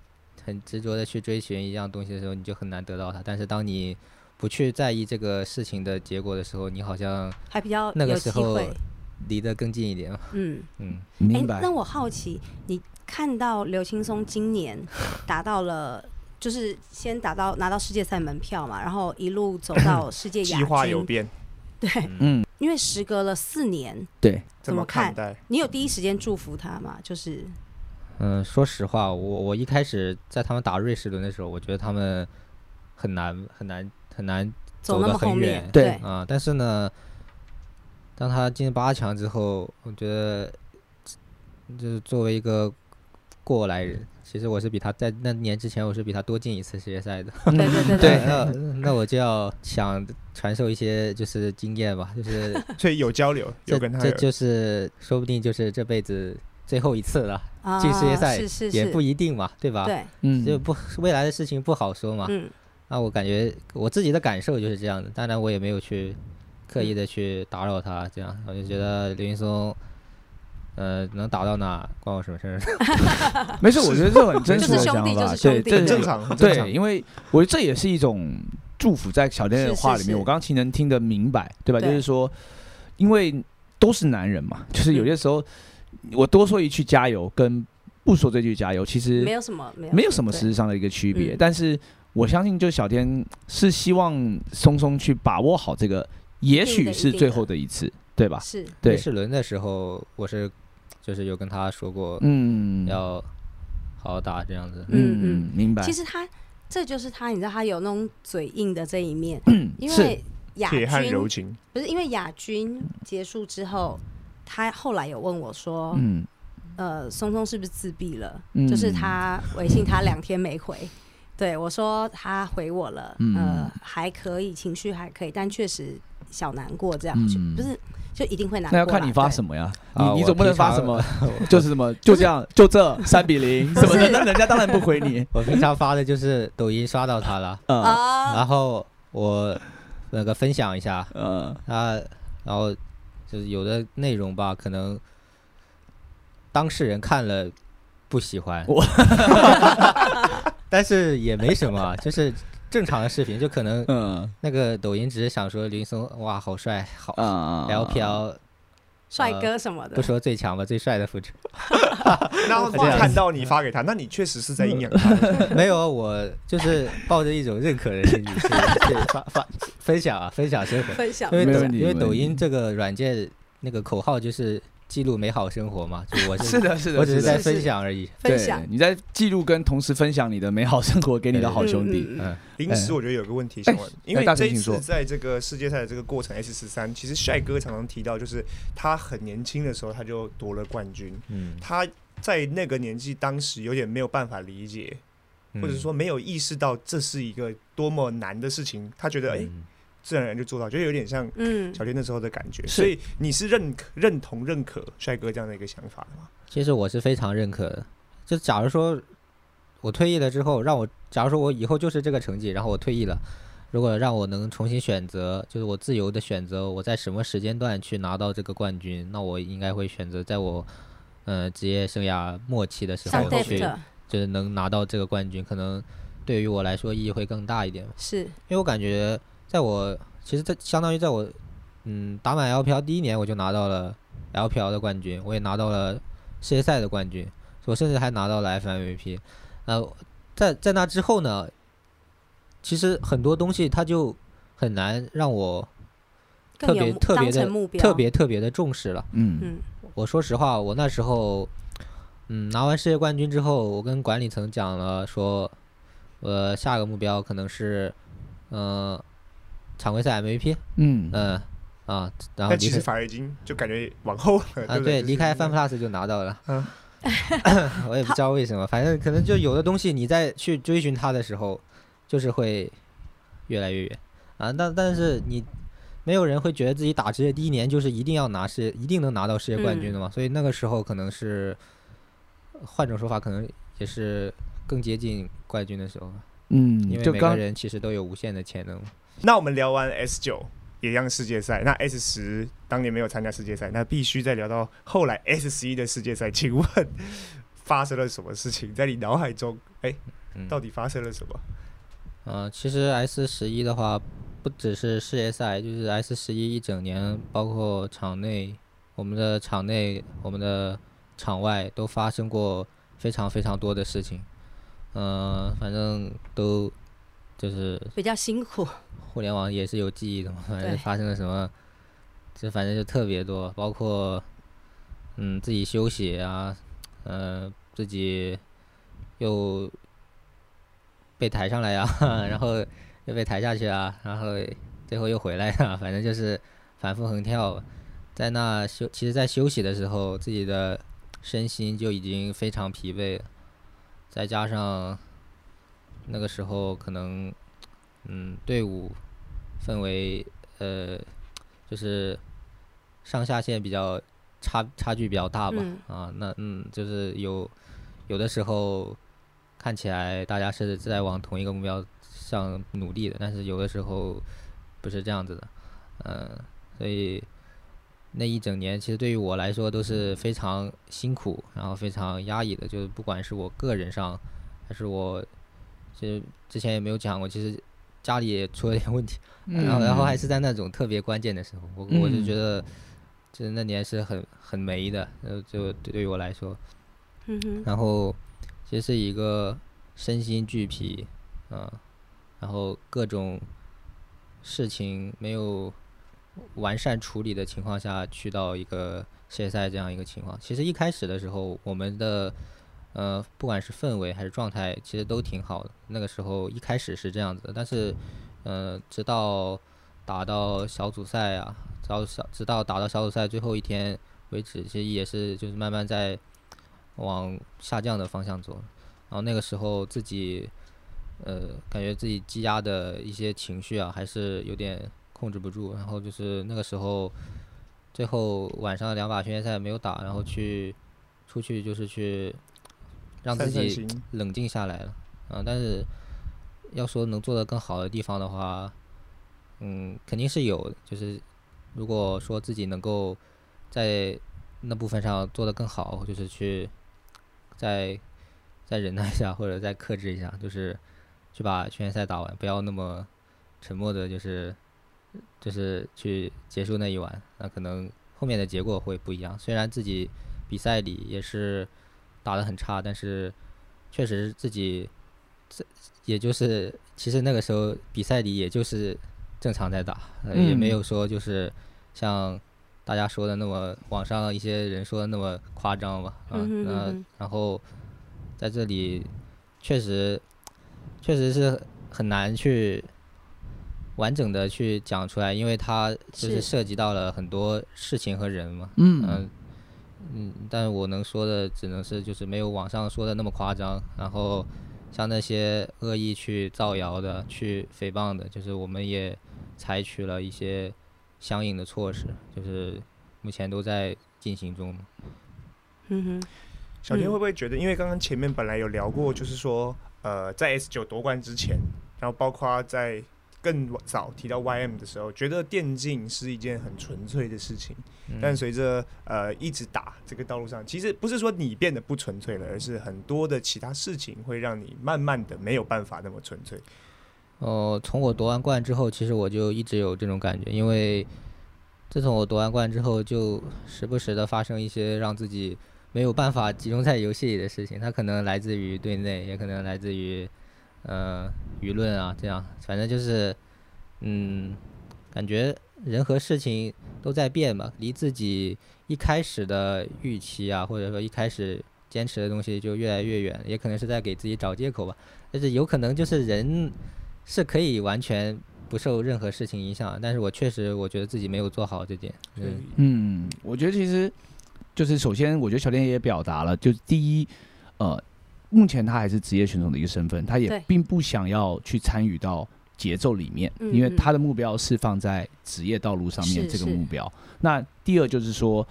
S1: 很执着的去追寻一样东西的时候，你就很难得到它，但是当你不去在意这个事情的结果的时候，你好像
S3: 还比较
S1: 那个
S3: 有
S1: 时
S3: 机
S1: 候
S3: 会，
S1: 离得更近一点嘛。
S3: 嗯。
S1: 嗯，
S2: 明
S3: 诶
S2: 白
S3: 那？我好奇，你看到刘青松今年 达到了，就是先打到拿到世界赛门票嘛，然后一路走到世界
S4: 计
S3: 亚
S4: 划有
S3: 军，
S4: 变，
S3: 对，
S2: 嗯，
S3: 因为时隔了四年，
S2: 对，
S4: 怎
S3: 么
S4: 看
S3: 看
S4: 待？
S3: 你有第一时间祝福他吗？就是
S1: 嗯，说实话，我我一开始在他们打瑞士轮的时候，我觉得他们很难很难很难走
S3: 走那
S1: 得
S3: 么
S1: 很
S3: 后面
S1: 远，
S2: 对
S3: 对，
S1: 啊、但是呢，当他进八强之后，我觉得就是作为一个过来人，其实我是比他在那年之前，我是比他多进一次世界赛的。
S3: 对 对对
S2: 对
S1: 那那我就要想传授一些就是经验吧，就是
S4: 所以有交 流，有
S1: 这
S4: 跟他
S1: 这
S4: 有
S1: 就是说不定就是这辈子最后一次了，
S3: 啊，
S1: 进世界赛
S3: 是是
S1: 也
S3: 是，
S1: 不一啊定嘛，对吧？
S3: 对，
S2: 嗯，
S1: 就不未来的事情不好说嘛。
S3: 嗯，
S1: 那我感觉我自己的感受就是这样的，当然我也没有去
S3: 嗯
S1: 刻意的去打扰他，这样我就觉得刘云松，呃，能打到哪关我什么事儿？
S2: 没事，我觉得这很真实的
S3: 就是
S2: 想
S3: 兄弟
S2: 法，
S3: 就是
S2: 对，
S3: 兄弟
S2: 这
S4: 很正。 常，很正常
S2: 对，。因为我觉得这也是一种祝福，在小天的话里
S3: 是
S2: 面，
S3: 是是
S2: 我刚刚其实能听得明白，对吧？
S3: 对
S2: 就是说，因为都是男人嘛，就是
S3: 嗯
S2: 有些时候我多说一句加油，跟不说这句加油，其实
S3: 没有什么没有
S2: 没有什么
S3: 对
S2: 实质上的一个区别，
S3: 嗯
S2: 但是我相信，就小天是希望松松去把握好这个，也
S3: 一定
S2: 许
S3: 的
S2: 是
S3: 一定
S2: 最
S3: 的
S2: 后的一次，对吧？
S3: 是
S1: 瑞
S2: 对，
S1: 士轮的时候，我是就是有跟他说过
S2: 嗯，
S1: 要好好打这样子。
S3: 嗯
S2: 嗯，明白
S3: 其。实他这就是他，你知道他有那种嘴硬的这一面，因
S2: 是
S3: 为亚
S4: 铁汉柔
S3: 军
S4: 情，
S3: 不是因为亚军结束之后，他后来有问我说，
S2: 嗯，
S3: 呃，松松是不是自闭了？
S2: 嗯
S3: 就是他微信他两天没 回，对我说他回我了，
S2: 嗯
S3: 呃，还可以，情绪还可以，但确实小难过这样，
S2: 嗯
S3: 就不是就一定会难过
S2: 那要
S3: 啦。
S2: 看你发
S3: 对
S2: 什么呀？你
S1: 啊
S2: 你
S1: 我
S2: 总不能
S1: 平常
S2: 发什么， 就是什么就这样就这三比零 什么的，
S3: 是
S2: 那人家当然不回你。
S1: 我平常发的就是抖音刷到他了，
S2: 嗯
S3: 啊，
S1: 然后我那个分享一下
S2: 嗯
S1: 啊，然后就是有的内容吧，可能当事人看了不喜欢
S2: 我，
S1: 但是也没什么，啊就是正常的视频，就可能
S2: 嗯
S1: 那个抖音只是想说林松哇好帅，好
S2: 嗯
S1: LPL
S3: 帅哥什么
S1: 不
S3: 的，
S1: 说最强吧，最帅的复制。
S4: 然后
S1: 这样
S4: 看到你 发给他，那你确实是在阴阳他。
S1: 没有啊，我就是抱着一种认可的心理去去发发分享啊，分享生 活。
S3: 分享
S1: 因为
S2: 没
S1: 抖
S2: 问题
S1: 因为
S2: 没问
S1: 抖音
S2: 题
S1: 这个软件那个口号就是记录美好生活嘛，就我 是
S2: 是的，是的，
S1: 我只是
S2: 的
S1: 在
S3: 是
S1: 分享而已。
S3: 分享
S2: 对，你在记录跟同时分享你的美好生活给你的好兄弟。
S3: 嗯嗯嗯
S1: 嗯，
S4: 临时我觉得有个问题想问，因为
S2: 哎大神
S4: 这一
S2: 请说
S4: 次在这个世界赛的这个过程 S 十三，其实帅哥常常提到，就是他很年轻的时候他就夺了冠军，
S1: 嗯，
S4: 他在那个年纪当时有点没有办法理解，
S1: 嗯
S4: 或者说没有意识到这是一个多么难的事情，他觉得哎、诶
S1: 嗯
S4: 自然而然就做到，就有点像
S3: 嗯
S4: 小天那时候的感觉。
S2: 是
S4: 所以你是认可、认同、认可帅哥这样的一个想法的吗？
S1: 其实我是非常认可的。就假如说我退役了之后，让我假如说我以后就是这个成绩，然后我退役了，如果让我能重新选择，就是我自由的选择，我在什么时间段去拿到这个冠军，那我应该会选择在我呃职业生涯末期的时
S3: 像
S1: 候
S3: d e
S1: 去
S3: f，t
S1: 就是能拿到这个冠军，可能对于我来说意义会更大一点。
S3: 是
S1: 因为我感觉在我其实在相当于在我嗯打满 LPL 第一年我就拿到了 LPL 的冠军，我也拿到了世界赛的冠军，我甚至还拿到了 FMVP。呃，在在那之后呢，其实很多东西它就很难让我特
S3: 更
S1: 别
S3: 有
S1: 特别
S3: 当成
S1: 的
S3: 目标，
S1: 特别特别的重视了。
S2: 嗯
S3: 嗯
S1: 我说实话，我那时候，嗯，拿完世界冠军之后，我跟管理层讲了说，呃，下个目标可能是，嗯、常规赛 MVP，
S2: 嗯
S1: 嗯、啊，然后
S4: 但
S1: 离
S4: 其
S1: 开
S4: 实反而已经就感觉往后了，
S1: 啊，
S4: 不
S1: 对，
S4: 就是
S1: 离开
S4: 那
S1: Fan Plus 就拿到了。
S4: 嗯
S1: 我也不知道为什么，反正可能就有的东西你在去追寻它的时候，就是会越来越远啊。但但是你没有人会觉得自己打职业第一年就是一定要拿世，一定能拿到世界冠军的嘛。所以那个时候可能是，换种说法，可能也是更接近冠军的时候吧，因
S2: 嗯，
S1: 为
S2: 就
S1: 每个
S2: 刚
S1: 人其实都有无限的潜能。
S4: 那我们聊完 S 九，也让世界赛。那 S 十当年没有参加世界赛，那必须再聊到后来 S 十一的世界赛。请问发生了什么事情？在你脑海中，哎、
S1: 嗯，
S4: 到底发生了什么？
S1: 嗯，其实 S 十一的话，不只是世界赛，就是 S 十一一整年，包括场内，我们的场内、我们的场外都发生过非常非常多的事情。嗯、反正都就是
S3: 比较辛苦，
S1: 互联网也是有记忆的嘛，反正
S3: 对
S1: 发生了什么，这反正就特别多，包括嗯自己休息啊，呃自己又被抬上来呀、啊 然后又被抬下去啊，然后最后又回来啊，反正就是反复横跳吧。在那休，其实，在休息的时候，自己的身心就已经非常疲惫了，再加上那个时候可能，嗯，队伍氛围，呃，就是上下线比较差差距比较大吧，
S3: 嗯
S1: 啊，那嗯，就是有有的时候看起来大家是在往同一个目标上努力的，但是有的时候不是这样子的，嗯、所以那一整年其实对于我来说都是非常辛苦，然后非常压抑的，就是不管是我个人上，还是我其实之前也没有讲过，其实家里也出了点问题，然后然后还是在那种特别关键的时候，我我就
S2: 嗯
S1: 觉得。就是那年是很很霉的，呃，就对于我来说，
S3: 嗯哼，
S1: 然后其实是一个身心俱疲，啊，然后各种事情没有完善处理的情况下，去到一个世界赛这样一个情况。其实一开始的时候，我们的呃，不管是氛围还是状态，其实都挺好的。那个时候一开始是这样子的，但是呃，直到打到小组赛啊，直到小直到打到小组赛最后一天为止，其实也是就是慢慢在往下降的方向走。然后那个时候自己，呃，感觉自己积压的一些情绪啊，还是有点控制不住。然后就是那个时候，最后晚上两把训练赛没有打，然后去出去就是去让自
S4: 散散
S1: 己
S4: 心，
S1: 冷静下来了啊。但是要说能做得更好的地方的话，嗯，肯定是有的。就是如果说自己能够在那部分上做得更好，就是去再再忍耐一下，或者再克制一下，就是去把训练赛打完，不要那么沉默的，就是就是去结束那一晚。那可能后面的结果会不一样。虽然自己比赛里也是打得很差，但是确实自己这也就是其实那个时候比赛里也就是正常在打，呃也没
S2: 嗯
S1: 有说就是像大家说的那么网上一些人说的那么夸张吧，啊，
S3: 嗯哼
S1: 那
S3: 嗯哼
S1: 然后在这里确实确实是很难去完整的去讲出来，因为它就是
S3: 是
S1: 涉及到了很多事情和人嘛，
S2: 嗯
S1: 嗯，嗯，但我能说的只能是就是没有网上说的那么夸张。然后像那些恶意去造谣的、去诽谤的，就是我们也采取了一些相应的措施，就是目前都在进行中。
S3: 嗯
S4: 小天
S3: 嗯
S4: 会不会觉得，因为刚刚前面本来有聊过，就是说，呃，在 S 九夺冠之前，然后包括在更早提到 YM 的时候，觉得电竞是一件很纯粹的事情。
S1: 嗯
S4: 但随着呃一直打这个道路上，其实不是说你变得不纯粹了，而是很多的其他事情会让你慢慢的没有办法那么纯粹。
S1: 哦，从我夺完冠之后，其实我就一直有这种感觉，因为自从我夺完冠之后，就时不时的发生一些让自己没有办法集中在游戏里的事情，它可能来自于对内，也可能来自于呃舆论啊，这样，反正就是嗯，感觉人和事情都在变吧，离自己一开始的预期啊，或者说一开始坚持的东西就越来越远，也可能是在给自己找借口吧，但是有可能就是人。是可以完全不受任何事情影响，但是我确实我觉得自己没有做好这点。嗯，
S2: 嗯，我觉得其实就是首先，我觉得小天也表达了，就是第一，呃，目前他还是职业选手的一个身份，他也
S3: 对
S2: 并不想要去参与到节奏里面，
S3: 嗯
S2: 因为
S3: 嗯
S2: 他的目标是放在职业道路上面
S3: 是
S2: 这个
S3: 是
S2: 目标。那第二就是说。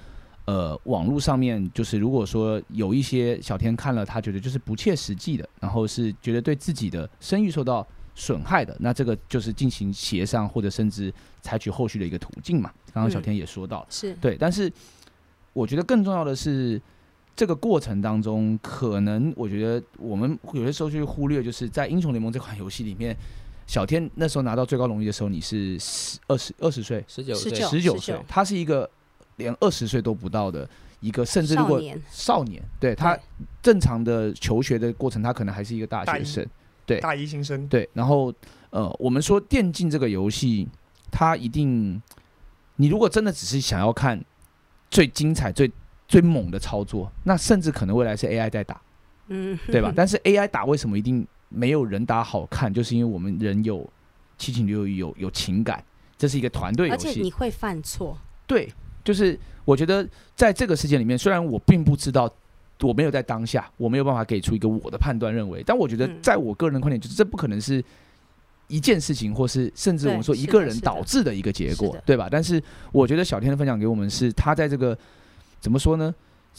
S2: 呃，网络上面就是，如果说有一些小天看了，他觉得就是不切实际的，然后是觉得对自己的声誉受到损害的，那这个就是进行协商或者甚至采取后续的一个途径嘛。刚刚小
S3: 嗯
S2: 天也说到了，
S3: 是
S2: 对，但是我觉得更重要的是，这个过程当中，可能我觉得我们有些时候就会忽略，就是在英雄联盟这款游戏里面，小天那时候拿到最高荣誉的时候，你是十二十二十岁，
S1: 十九
S3: 19
S1: 岁
S3: 对
S2: 十九岁
S3: 19，
S2: 他是一个连二十岁都不到的一个，甚至如
S3: 少
S2: 果
S3: 年，
S2: 少年，对他
S3: 对
S2: 正常的求学的过程，他可能还是一个大
S4: 大
S2: 学
S4: 一
S2: 生。对
S4: 大一新生，
S2: 对，然后呃，我们说电竞这个游戏，它一定，你如果真的只是想要看最精彩、最最猛的操作，那甚至可能未来是 AI 在打，
S3: 嗯，
S2: 对 吧？但是 AI 打为什么一定没有人打好看？就是因为我们人有七情六欲，有有情感，这是一个团队游
S3: 而且
S2: 戏。
S3: 你会犯错，
S2: 对，就是我觉得在这个事件里面，虽然我并不知道，我没有在当下，我没有办法给出一个我的判断认为，但我觉得
S3: 嗯
S2: 在我个人的观点，就是这不可能是一件事情，或是甚至我们
S3: 对
S2: 说一
S3: 是的
S2: 个人
S3: 是的
S2: 导致的一个结
S3: 是
S2: 果
S3: 的，
S2: 对吧？但是我觉得小天的分享给我们是，他在这个怎么说呢？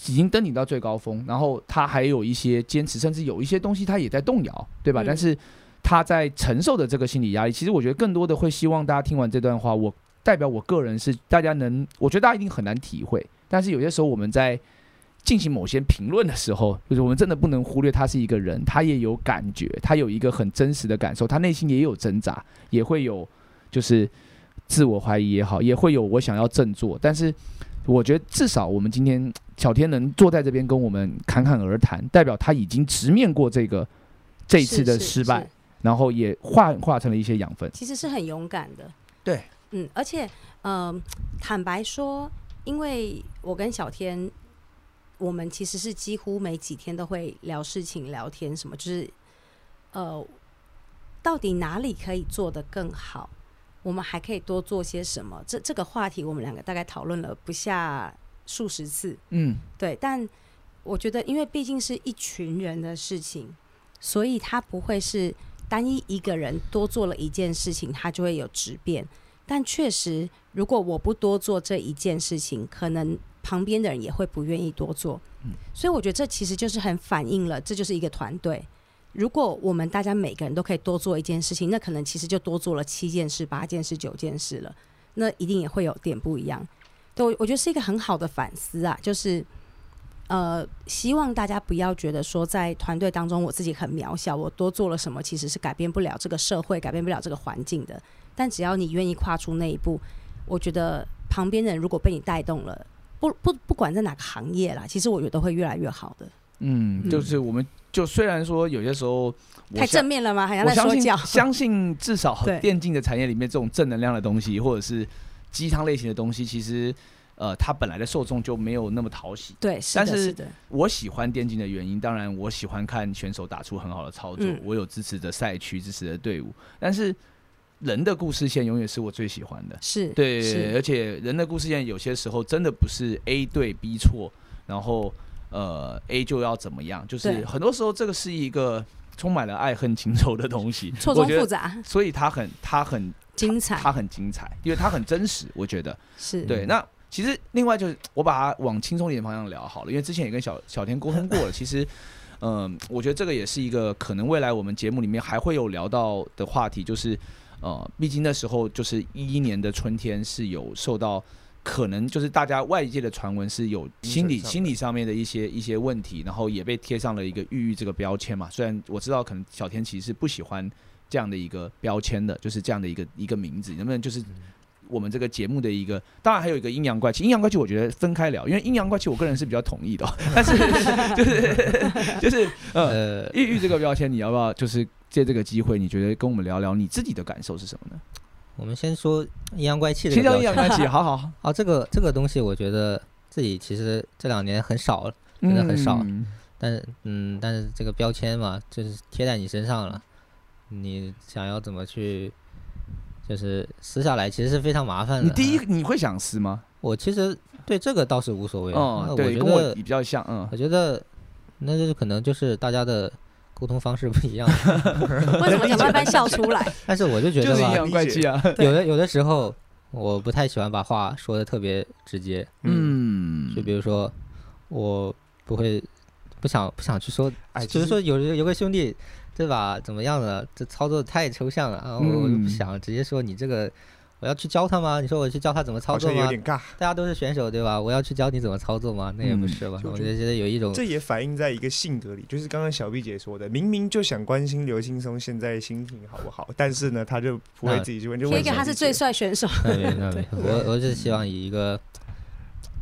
S2: 已经登顶到最高峰，然后他还有一些坚持，甚至有一些东西他也在动摇，对吧？
S3: 嗯
S2: 但是他在承受的这个心理压力，其实我觉得更多的会希望大家听完这段话，我代表我个人是大家能，我觉得大家一定很难体会，但是有些时候我们在进行某些评论的时候，就是我们真的不能忽略他是一个人，他也有感觉，他有一个很真实的感受，他内心也有挣扎，也会有就是自我怀疑也好，也会有我想要振作，但是我觉得至少我们今天小天能坐在这边跟我们侃侃而谈，代表他已经直面过这个这一次
S3: 是
S2: 的
S3: 是
S2: 失败
S3: 是，
S2: 然后也化化成了一些养分。
S3: 其实是很勇敢的。
S2: 对，
S3: 嗯，而且，嗯、坦白说，因为我跟小天，我们其实是几乎每几天都会聊事情、聊天什么，就是，呃，到底哪里可以做得更好，我们还可以多做些什么？这这个话题，我们两个大概讨论了不下数十次。
S2: 嗯，
S3: 对，但我觉得，因为毕竟是一群人的事情，所以他不会是单一一个人多做了一件事情，他就会有质变。但确实，如果我不多做这一件事情，可能旁边的人也会不愿意多做。
S2: 嗯
S3: 所以我觉得这其实就是很反映了，这就是一个团队。如果我们大家每个人都可以多做一件事情，那可能其实就多做了七件事、八件事、九件事了，那一定也会有点不一样。对，我我觉得是一个很好的反思啊，就是呃，希望大家不要觉得说在团队当中我自己很渺小，我多做了什么其实是改变不了这个社会、改变不了这个环境的。但只要你愿意跨出那一步，我觉得旁边的人如果被你带动了，不不不管在哪个行业啦，其实我觉得都会越来越好的。
S2: 嗯，
S3: 嗯
S2: 就是我们就虽然说有些时候我
S3: 太
S2: 相
S3: 正面了吗？好像
S2: 我
S3: 在
S2: 相
S3: 说
S2: 信。
S3: 教
S2: 相信至少
S3: 对
S2: 电竞的产业里面这种正能量的东西，或者是鸡汤类型的东西，其实呃，它本来的受众就没有那么讨喜。
S3: 对，是
S2: 但
S3: 的，
S2: 是
S3: 的，
S2: 我喜欢电竞的原因，当然我喜欢看选手打出很好的操作，
S3: 嗯
S2: 我有支持的赛区、支持的队伍，但是人的故事线永远是我最喜欢的。
S3: 是，
S2: 对，
S3: 是
S2: 而且人的故事线有些时候真的不是 A 对 B 错，然后呃 A 就要怎么样，就是
S3: 对
S2: 很多时候这个是一个充满了爱恨情仇的东西，
S3: 错
S2: 我
S3: 综
S2: 觉得
S3: 复杂，
S2: 所以它很它很
S3: 精彩，
S2: 它很精彩，因为它很真实，我觉得
S3: 是
S2: 对。那其实另外就是我把它往轻松一点的方向聊好了，因为之前也跟小小田沟通过了，其实。嗯，我觉得这个也是一个可能未来我们节目里面还会有聊到的话题，就是呃，毕竟那时候就是一一年的春天是有受到可能就是大家外界的传闻是有心理
S4: 精神上的
S2: 心理上面的一些一些问题，然后也被贴上了一个抑郁这个标签嘛。虽然我知道可能小天其实是不喜欢这样的一个标签的，就是这样的一个一个名字，能不能
S4: 嗯
S2: 就是？我们这个节目的一个，当然还有一个阴阳怪气。阴阳怪气，我觉得分开聊，因为阴阳怪气，我个人是比较同意的哦、 但是就是 就是呃，
S1: 呃，
S2: 抑郁这个标签，你要不要就是借这个机会，你觉得跟我们聊聊你自己的感受是什么呢？
S1: 我们先说阴阳怪气这
S2: 先
S1: 个标
S2: 叫阴阳
S1: 签
S2: 怪气，好好好，
S1: 哦，这个这个东西，我觉得自己其实这两年很少了， 真的很少
S2: 嗯
S1: 但是嗯，但是这个标签嘛，就是贴在你身上了，你想要怎么去，就是撕下来，其实是非常麻烦的。
S2: 你第一，你会想撕吗？
S1: 我其实对这个倒是无所谓，
S2: 哦
S1: 那，
S2: 对，
S1: 觉
S2: 跟我
S1: 得
S2: 比较像，嗯
S1: 我，觉得，那就是可能就是大家的沟通方式不一样，
S3: 为什么想慢慢笑出 来？
S1: 但是我就觉
S2: 就
S1: 得
S2: 是阴
S1: 吧，
S2: 阳怪气 啊，
S1: 有的有的时候我不太喜欢把话说的特别直接，
S2: 嗯
S1: 就比如说我不会不想不想去说，
S4: 哎，
S1: 嗯就是说有有个兄弟。对吧？怎么样的？这操作太抽象了啊！我我就
S2: 嗯
S1: 不想直接说你这个，我要去教他吗？你说我去教他怎么操
S4: 好
S1: 作
S4: 像有
S1: 吗？
S4: 点尬，
S1: 大家都是选手对吧？我要去教你怎么操作吗？那也不
S2: 嗯
S1: 是吧？
S4: 就
S1: 我
S4: 就
S1: 就觉得有一种
S4: 这也反映在一个性格里，就是刚刚小毕姐说的，明明就想关心刘青松现在心情好不好，但是呢，他就不会自己去问，就
S3: 贴
S4: 问
S3: 一个
S4: 小
S3: 他是
S4: 毕姐
S3: 最帅选手，
S1: 那没那没
S3: 对，
S1: 我我只是希望以一个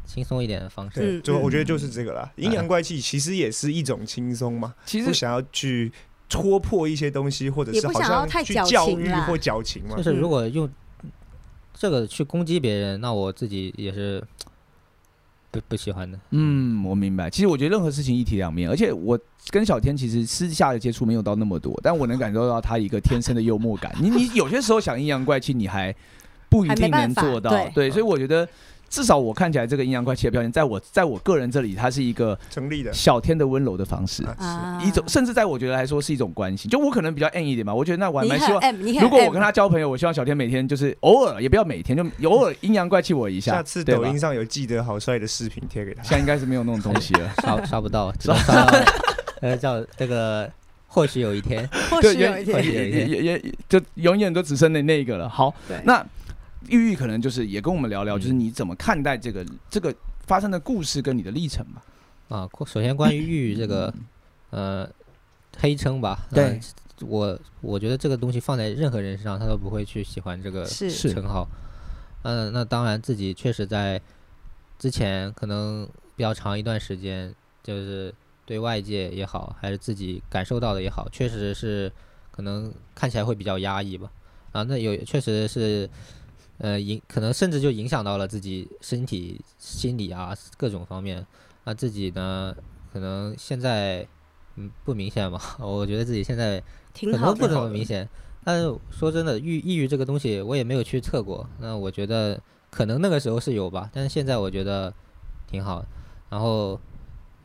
S1: 轻松一点的方式。
S4: 对，
S3: 嗯
S4: 就
S3: 嗯
S4: 我觉得就是这个啦。阴阳怪气其实也是一种轻松嘛，
S2: 其
S4: 不
S2: 实
S4: 想要去戳破一些东西，或者
S3: 也
S4: 是
S3: 不
S4: 好
S3: 想要
S4: 像
S3: 太
S4: 去
S3: 矫
S4: 教
S3: 情
S4: 育
S3: 啦
S4: 或矫情嘛
S1: 就。是如
S3: 嗯
S1: 果用这个去攻击别人，那我自己也是不不喜欢的。
S2: 嗯，我明白。其实我觉得任何事情一体两面，而且我跟小天其实私下的接触没有到那么多，但我能感受到他一个天生的幽默感。你 你有些时候想阴阳怪气，你还不一
S3: 还
S2: 定
S3: 没办
S2: 能
S3: 法
S2: 做到。
S3: 对
S2: 所以我觉得至少我看起来这个阴阳怪气的标签，在我在我个人这里，它是一个
S4: 成立的
S2: 小天的温柔的方式，
S4: 啊，
S3: 啊
S2: 一种甚至在我觉得来说是一种关系。就我可能比较 N 一点吧，我觉得那我还
S3: 你
S2: 蛮希
S3: 很
S2: 望。
S3: M，你很
S2: 如果我跟
S3: M
S2: 他交朋友，我希望小天每天就是偶尔，也不要每天，就偶尔阴阳怪气我一下。
S4: 下次
S2: 对
S4: 抖
S2: 吧
S4: 音上有记得好帅的视频贴给他
S2: 现。在应该是没有那种东西了。
S1: 刷刷不到，只能刷到呃叫这个，或许有一天，
S3: 或
S2: 对，
S3: 许有一天，
S1: 有
S2: 也
S1: 一
S2: 也
S1: 天
S2: 也也就永远都只剩那那一个了。好，
S3: 对
S2: 那玉玉可能就是也跟我们聊聊，
S1: 嗯
S2: 就是你怎么看待这个这个发生的故事跟你的历程吧。
S1: 啊，过首先关于抑郁这个呃黑称吧，呃
S2: 对
S1: 我我觉得这个东西放在任何人身上，他都不会去喜欢这个
S3: 是
S2: 是
S1: 称号。嗯、那当然自己确实在之前可能比较长一段时间，就是对外界也好，还是自己感受到的也好，确实是可能看起来会比较压抑吧。啊，那有确实是。呃，影可能甚至就影响到了自己身体、心理啊各种方面。那自己呢，可能现在嗯不明显吧， 我觉得自己现在
S3: 挺
S1: 可
S3: 好
S1: 能不
S3: 的。
S1: 怎么
S4: 的
S1: 明显。但是说真的，抑抑郁这个东西我也没有去测过，那我觉得可能那个时候是有吧，但是现在我觉得挺好。然后，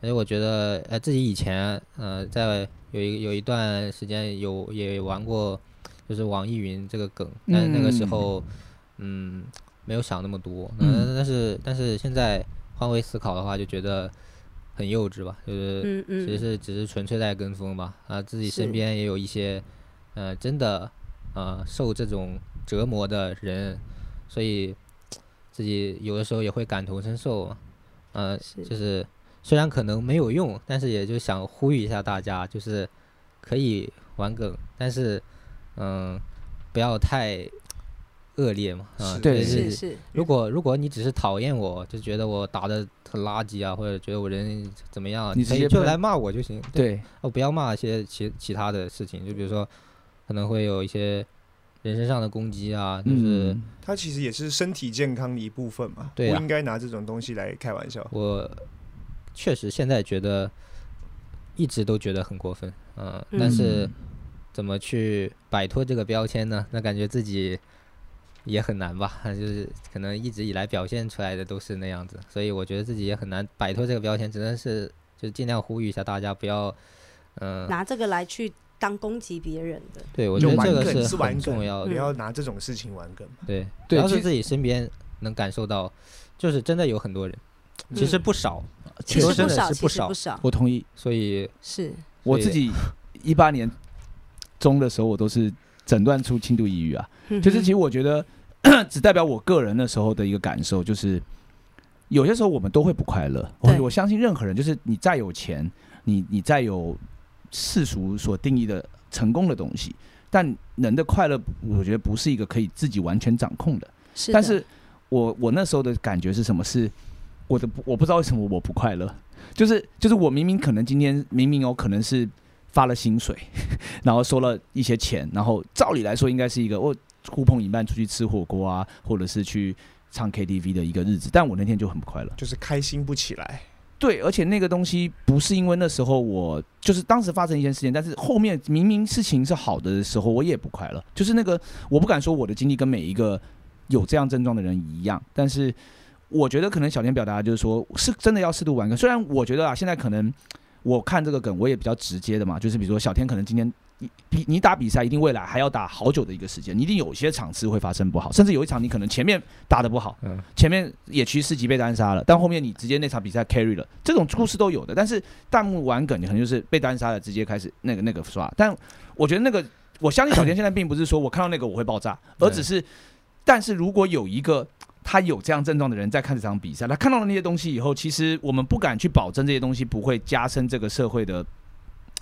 S1: 而且我觉得呃自己以前呃在有一有一段时间有也玩过，就是网易云这个梗，但是那个时
S2: 嗯
S1: 候嗯嗯，没有想那么多。
S2: 嗯
S1: 嗯，但是但是现在换位思考的话，就觉得很幼稚吧，就是
S3: 嗯嗯，
S1: 只是只是纯粹在跟风吧。啊，自己
S3: 是
S1: 身边也有一些，呃，真的呃受这种折磨的人，所以自己有的时候也会感同身受。呃，
S3: 是
S1: 就是虽然可能没有用，但是也就想呼吁一下大家，就是可以玩梗，但是嗯、不要太恶劣嘛。啊、
S4: 是
S2: 对
S1: 就是
S3: 是，
S1: 如果如果你只是讨厌我，就觉得我打的很垃圾啊，或者觉得我人怎么样啊，
S2: 你
S1: 可
S2: 直接
S1: 以就
S2: 喷
S1: 来骂我就行。
S2: 对，
S1: 哦，不要骂一些其其他的事情，就比如说可能会有一些人身上的攻击啊，就是、
S2: 嗯，
S4: 它其实也是身体健康的一部分嘛，
S1: 对啊
S4: 不应该拿这种东西来开玩笑。
S1: 我确实现在觉得一直都觉得很过分，嗯，但是怎么去摆脱这个标签呢？那感觉自己也很难吧，就是可能一直以来表现出来的都是那样子，所以我觉得自己也很难摆脱这个标签，只能是就尽量呼吁一下大家不要，嗯、
S3: 拿这个来去当攻击别人的，
S1: 对我
S4: 就
S1: 觉得
S4: 玩
S1: 这
S4: 梗
S1: 个
S4: 是玩
S1: 很
S4: 梗
S1: 重
S3: 嗯
S1: 要的
S4: 不，要拿这种事情玩梗嘛。
S1: 对，
S2: 对
S1: 主要
S2: 其
S1: 是
S2: 实
S1: 自己身边能感受到，就是真的有很多人，其实
S3: 嗯
S1: 不少，
S3: 其
S1: 说
S3: 实
S1: 真
S3: 不
S1: 的
S3: 少，
S1: 是
S3: 其
S1: 不
S3: 实
S1: 少
S3: 不少，
S2: 我同意。
S1: 所以
S3: 是
S2: 我
S1: 所以
S2: 自己一八年中的时候，我都是诊断出轻度抑郁啊。
S3: 嗯
S2: 就是其实我觉得只代表我个人那时候的一个感受，就是有些时候我们都会不快乐。我
S3: 对
S2: 我相信任何人，就是你再有钱，你你再有世俗所定义的成功的东西，但人的快乐，我觉得不是一个可以自己完全掌控的。
S3: 是
S2: 但
S3: 的
S2: 是我我那时候的感觉是什么？是我的不我不知道为什么我不快乐，就是就是我明明可能今天明明哦可能是发了薪水， 然后收了一些钱，然后照理来说应该是一个我呼朋引伴出去吃火锅啊，或者是去唱 KTV 的一个日子，但我那天就很不快乐。
S4: 就是开心不起来，
S2: 对，而且那个东西不是因为那时候我就是当时发生一件事情，但是后面明明事情是好的时候，我也不快乐。就是那个，我不敢说我的经历跟每一个有这样症状的人一样，但是我觉得可能小田表达的就是说，是真的要适度玩梗。虽然我觉得啊，现在可能我看这个梗，我也比较直接的嘛，就是比如说小天可能今天。你比你打比赛，一定未来还要打好久的一个时间，你一定有些场次会发生不好，甚至有一场你可能前面打的不好，
S1: 嗯，
S2: 前面野区四级被单杀了，但后面你直接那场比赛 carry 了，这种故事都有的。但是弹幕玩梗，你可能就是被单杀了，直接开始那个那个刷。但我觉得那个，我相信小田现在并不是说我看到那个我会爆炸，而只是，但是如果有一个他有这样症状的人在看这场比赛，他看到了那些东西以后，其实我们不敢去保证这些东西不会加深这个社会的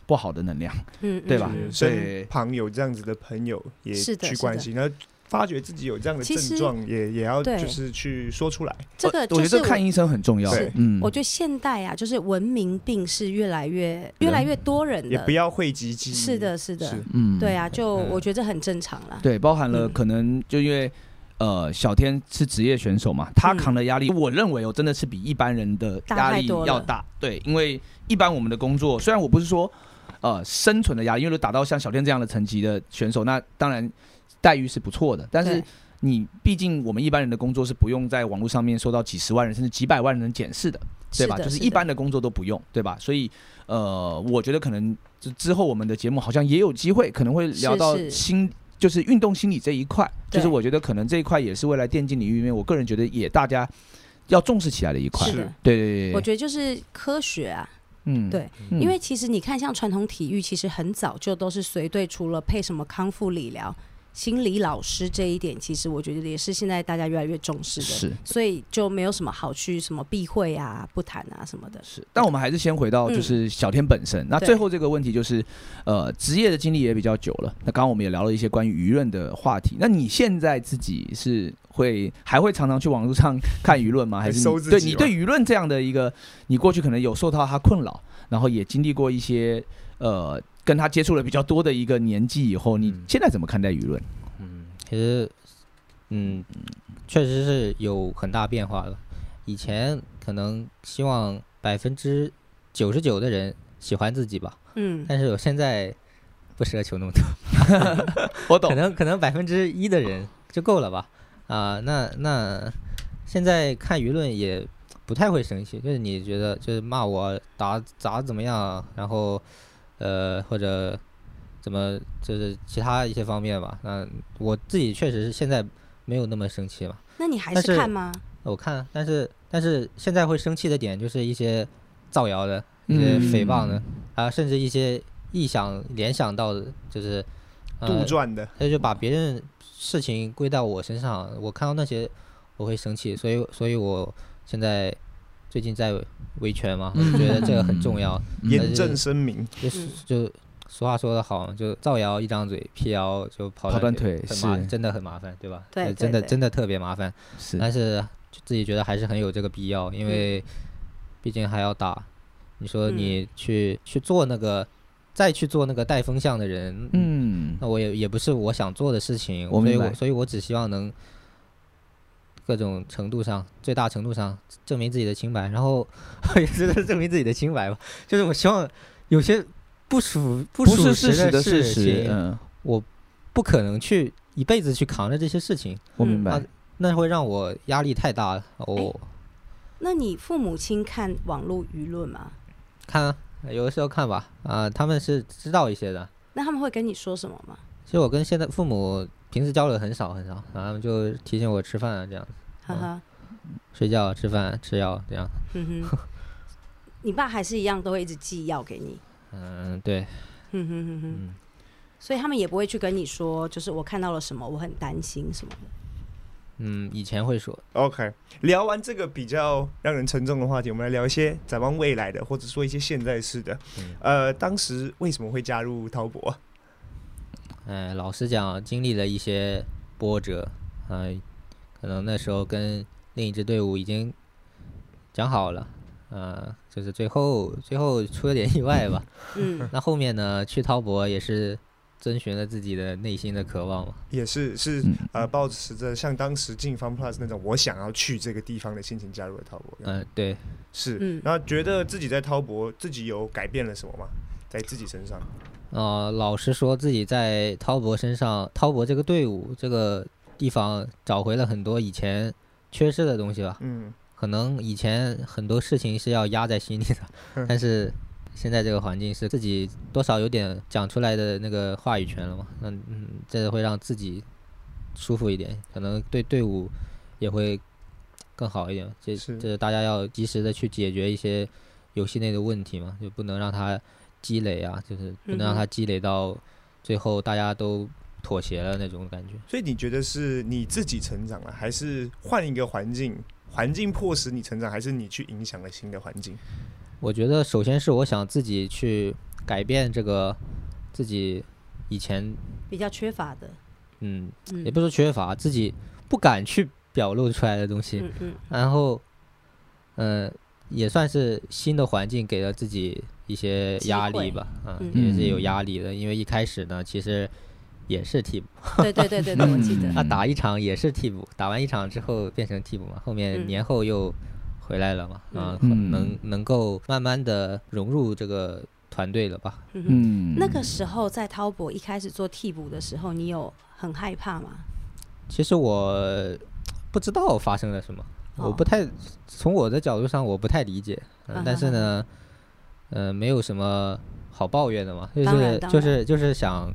S2: 不好的能量。
S3: 嗯
S2: 对吧
S3: 嗯嗯
S4: 身旁有这样子的朋友也
S3: 是的
S4: 去关心，然后发觉自己有这样的
S3: 其实
S4: 症状，也也要
S3: 对
S4: 就是去说出来。
S3: 这个
S2: 我
S3: 就
S2: 觉得
S3: 是
S2: 这看医生很重要
S4: 是。
S2: 嗯，
S3: 我觉得现代啊，就是文明病是越来越越来越多人
S4: 也
S3: 的
S4: 不，要讳疾忌医。
S3: 是的，是的，
S4: 是
S2: 嗯，
S3: 对啊，就
S1: 嗯
S3: 我觉得这很正常啦。
S2: 对，包含了
S3: 嗯
S2: 可能就因为。呃，小天是职业选手嘛，他
S3: 嗯
S2: 扛的压力，我认为哦，真的是比一般人的
S3: 大
S2: 压
S3: 太
S2: 力
S3: 多
S2: 要
S3: 了
S2: 大。对，因为一般我们的工作，虽然我不是说呃生存的压力，因为如果打到像小天这样的层级的选手，那当然待遇是不错的。但是
S3: 对
S2: 你毕竟我们一般人的工作是不用在网络上面受到几十万人甚至几百万人的检视的，对吧？
S3: 是的
S2: 就是
S3: 是
S2: 一
S3: 的
S2: 般的工作都不用，对吧？所以呃，我觉得可能就之后我们的节目好像也有机会，可能会聊
S3: 是
S2: 到
S3: 是
S2: 心，就是运动心理这一块，就
S3: 对
S2: 是我觉得可能这一块也是未来电竞领域里面，我个人觉得也大家要重视起来的一块。
S3: 是的，
S2: 对对对
S3: 我
S2: 对，
S3: 觉得就是科学啊，
S2: 嗯，
S3: 对
S2: 嗯，
S3: 因为其实你看，像传统体育，其实很早就都是随队，除了配什么康复理疗、心理老师这一点，其实我觉得也是现在大家越来越重视的，
S2: 是。
S3: 所以就没有什么好去什么避讳啊、不谈啊什么的。
S2: 是，但我们还是先回到就是小天本身。那
S3: 对
S2: 最后这个问题就是，呃，职业的经历也比较久了。那刚刚我们也聊了一些关于舆论的话题。那你现在自己是会还会常常去网络上 看舆论吗？还是
S4: 收
S2: 你
S4: 自
S2: 对
S4: 己
S2: 你
S4: 吗
S2: 对舆论这样的一个，你过去可能有受到他困扰，然后也经历过一些呃跟他接触了比较多的一个年纪以后，你
S1: 嗯
S2: 现在怎么看待舆论？
S1: 其实，嗯，确实是有很大变化了。以前可能希望百分之九十九的人喜欢自己吧，
S3: 嗯，
S1: 但是我现在不奢求那么多，
S2: 我
S1: 可，能可能百分之一的人就够了吧。啊、那那现在看舆论也不太会生气，就是你觉得就是骂我打咋怎么样，然后呃或者怎么就是其他一些方面吧。那我自己确实是现在没有那么生气吧。
S3: 那你还
S1: 但
S3: 是
S1: 是
S3: 看吗？
S1: 我看，但是但是现在会生气的点就是一些造谣的、
S2: 嗯
S1: 一些诽谤的、啊，甚至一些臆想联想到的，就是
S4: 杜
S1: 呃，
S4: 撰的，
S1: 他就把别人事情归到我身上，我看到那些我会生气，所以所以我现在最近在维权嘛，我觉得这个很重要，
S2: 嗯
S4: 严正声明，
S3: 嗯
S1: 就是就。俗话说得好嘛，就造谣一张嘴，辟谣就跑
S2: 跑断腿
S1: 很麻
S2: 是
S1: 真的很麻烦，对吧？
S3: 对
S1: 呃
S3: 对
S1: 真的
S3: 对
S1: 真的特别麻烦。
S2: 是
S1: 但是就自己觉得还是很有这个必要，因为毕竟还要打。你说
S3: 嗯
S1: 你去、去做那个，再去做那个带风向的人，，
S2: 嗯
S1: 那我也也不是我想做的事情，
S2: 我
S1: 所以
S2: 明白
S1: 我所以我只希望能各种程度上、最大程度上证明自己的清白，然后也是证明自己的清白吧。就是我希望有些不属不
S2: 不
S1: 属
S2: 是事实
S1: 的
S2: 事
S1: 情
S2: 实，，嗯，
S1: 我不可能去一辈子去扛着这些事情，
S2: 我明白
S1: 啊，那会让我压力太大了。哦我
S3: 那你父母亲看网络舆论吗？
S1: 看啊，有的时候看吧，啊、他们是知道一些的。
S3: 那他们会跟你说什么吗？
S1: 其实我跟现在父母平时交流很少很少，然后他们就提醒我吃饭啊，这样
S3: 哈哈，
S1: 睡觉、吃饭、吃药这样。
S3: 嗯哼，你爸还是一样都会一直寄药给你，
S1: 嗯，对，
S3: 嗯哼哼哼，
S1: 嗯，
S3: 所以他们也不会去跟你说，就是我看到了什么，我很担心什么的。
S1: 嗯，以前会说，
S4: OK，聊完这个比较让人沉重的话题，我们来聊一些展望未来的，或者说一些现在式的。
S1: 嗯
S4: 呃，当时为什么会加入滔博啊？
S1: 嗯、老实讲，经历了一些波折，嗯、可能那时候跟另一支队伍已经讲好了，呃，就是最后最后出了点意外吧。
S3: 嗯，
S1: 那后面呢，去滔博也是遵循了自己的内心的渴望嘛。
S4: 也是是
S2: 嗯
S4: 呃，抱持着像当时进 Fun Plus 那种我想要去这个地方的心情加入了滔博。
S1: 嗯、对，
S4: 是
S3: 嗯，
S4: 然后觉得自己在滔博自己有改变了什么吗？在自己身上，
S1: 呃，老实说，自己在滔博身上，滔博这个队伍这个地方找回了很多以前缺失的东西吧。
S4: 嗯，
S1: 可能以前很多事情是要压在心里的，但是现在这个环境是自己多少有点讲出来的那个话语权了嘛，那嗯，这会让自己舒服一点，可能对队伍也会更好一点。这
S4: 是
S1: 这大家要及时的去解决一些游戏内的问题嘛，就不能让它积累啊，就是不能让它
S3: 嗯
S1: 积累到最后大家都妥协了那种感觉。
S4: 所以你觉得是你自己成长了，还是换一个环境，环境迫使你成长，还是你去影响了新的环境？
S1: 我觉得首先是我想自己去改变这个自己以前
S3: 比较缺乏的，
S1: 嗯，
S3: 嗯
S1: 也不是说缺乏，自己不敢去表露出来的东西。
S3: 嗯嗯
S1: 然后，嗯、也算是新的环境给了自己一些
S3: 机
S1: 压力
S3: 会
S1: 吧，啊、
S3: 嗯
S1: 也是有
S2: 嗯
S1: 压力的，因为一开始呢，其实也是替补，
S3: 对对对对对，我记得
S2: 嗯。
S1: 那打一场也是替补，打完一场之后变成替补嘛，后面
S3: 嗯
S1: 年后又回来了嘛，啊，
S2: 嗯
S1: 能能够慢慢的融入这个团队了吧，
S3: 嗯哼
S2: 嗯
S3: 那个时候在滔博一开始做替补的时候，你有很害怕吗？
S1: 其实我不知道发生了什么，我
S3: 哦
S1: 不太从我的角度上我不太理解，嗯、
S3: 啊
S1: 但是
S3: 哈哈
S1: 呢，呃，没有什么好抱怨的嘛，就
S3: 当
S1: 是
S3: 然当
S1: 就是就是想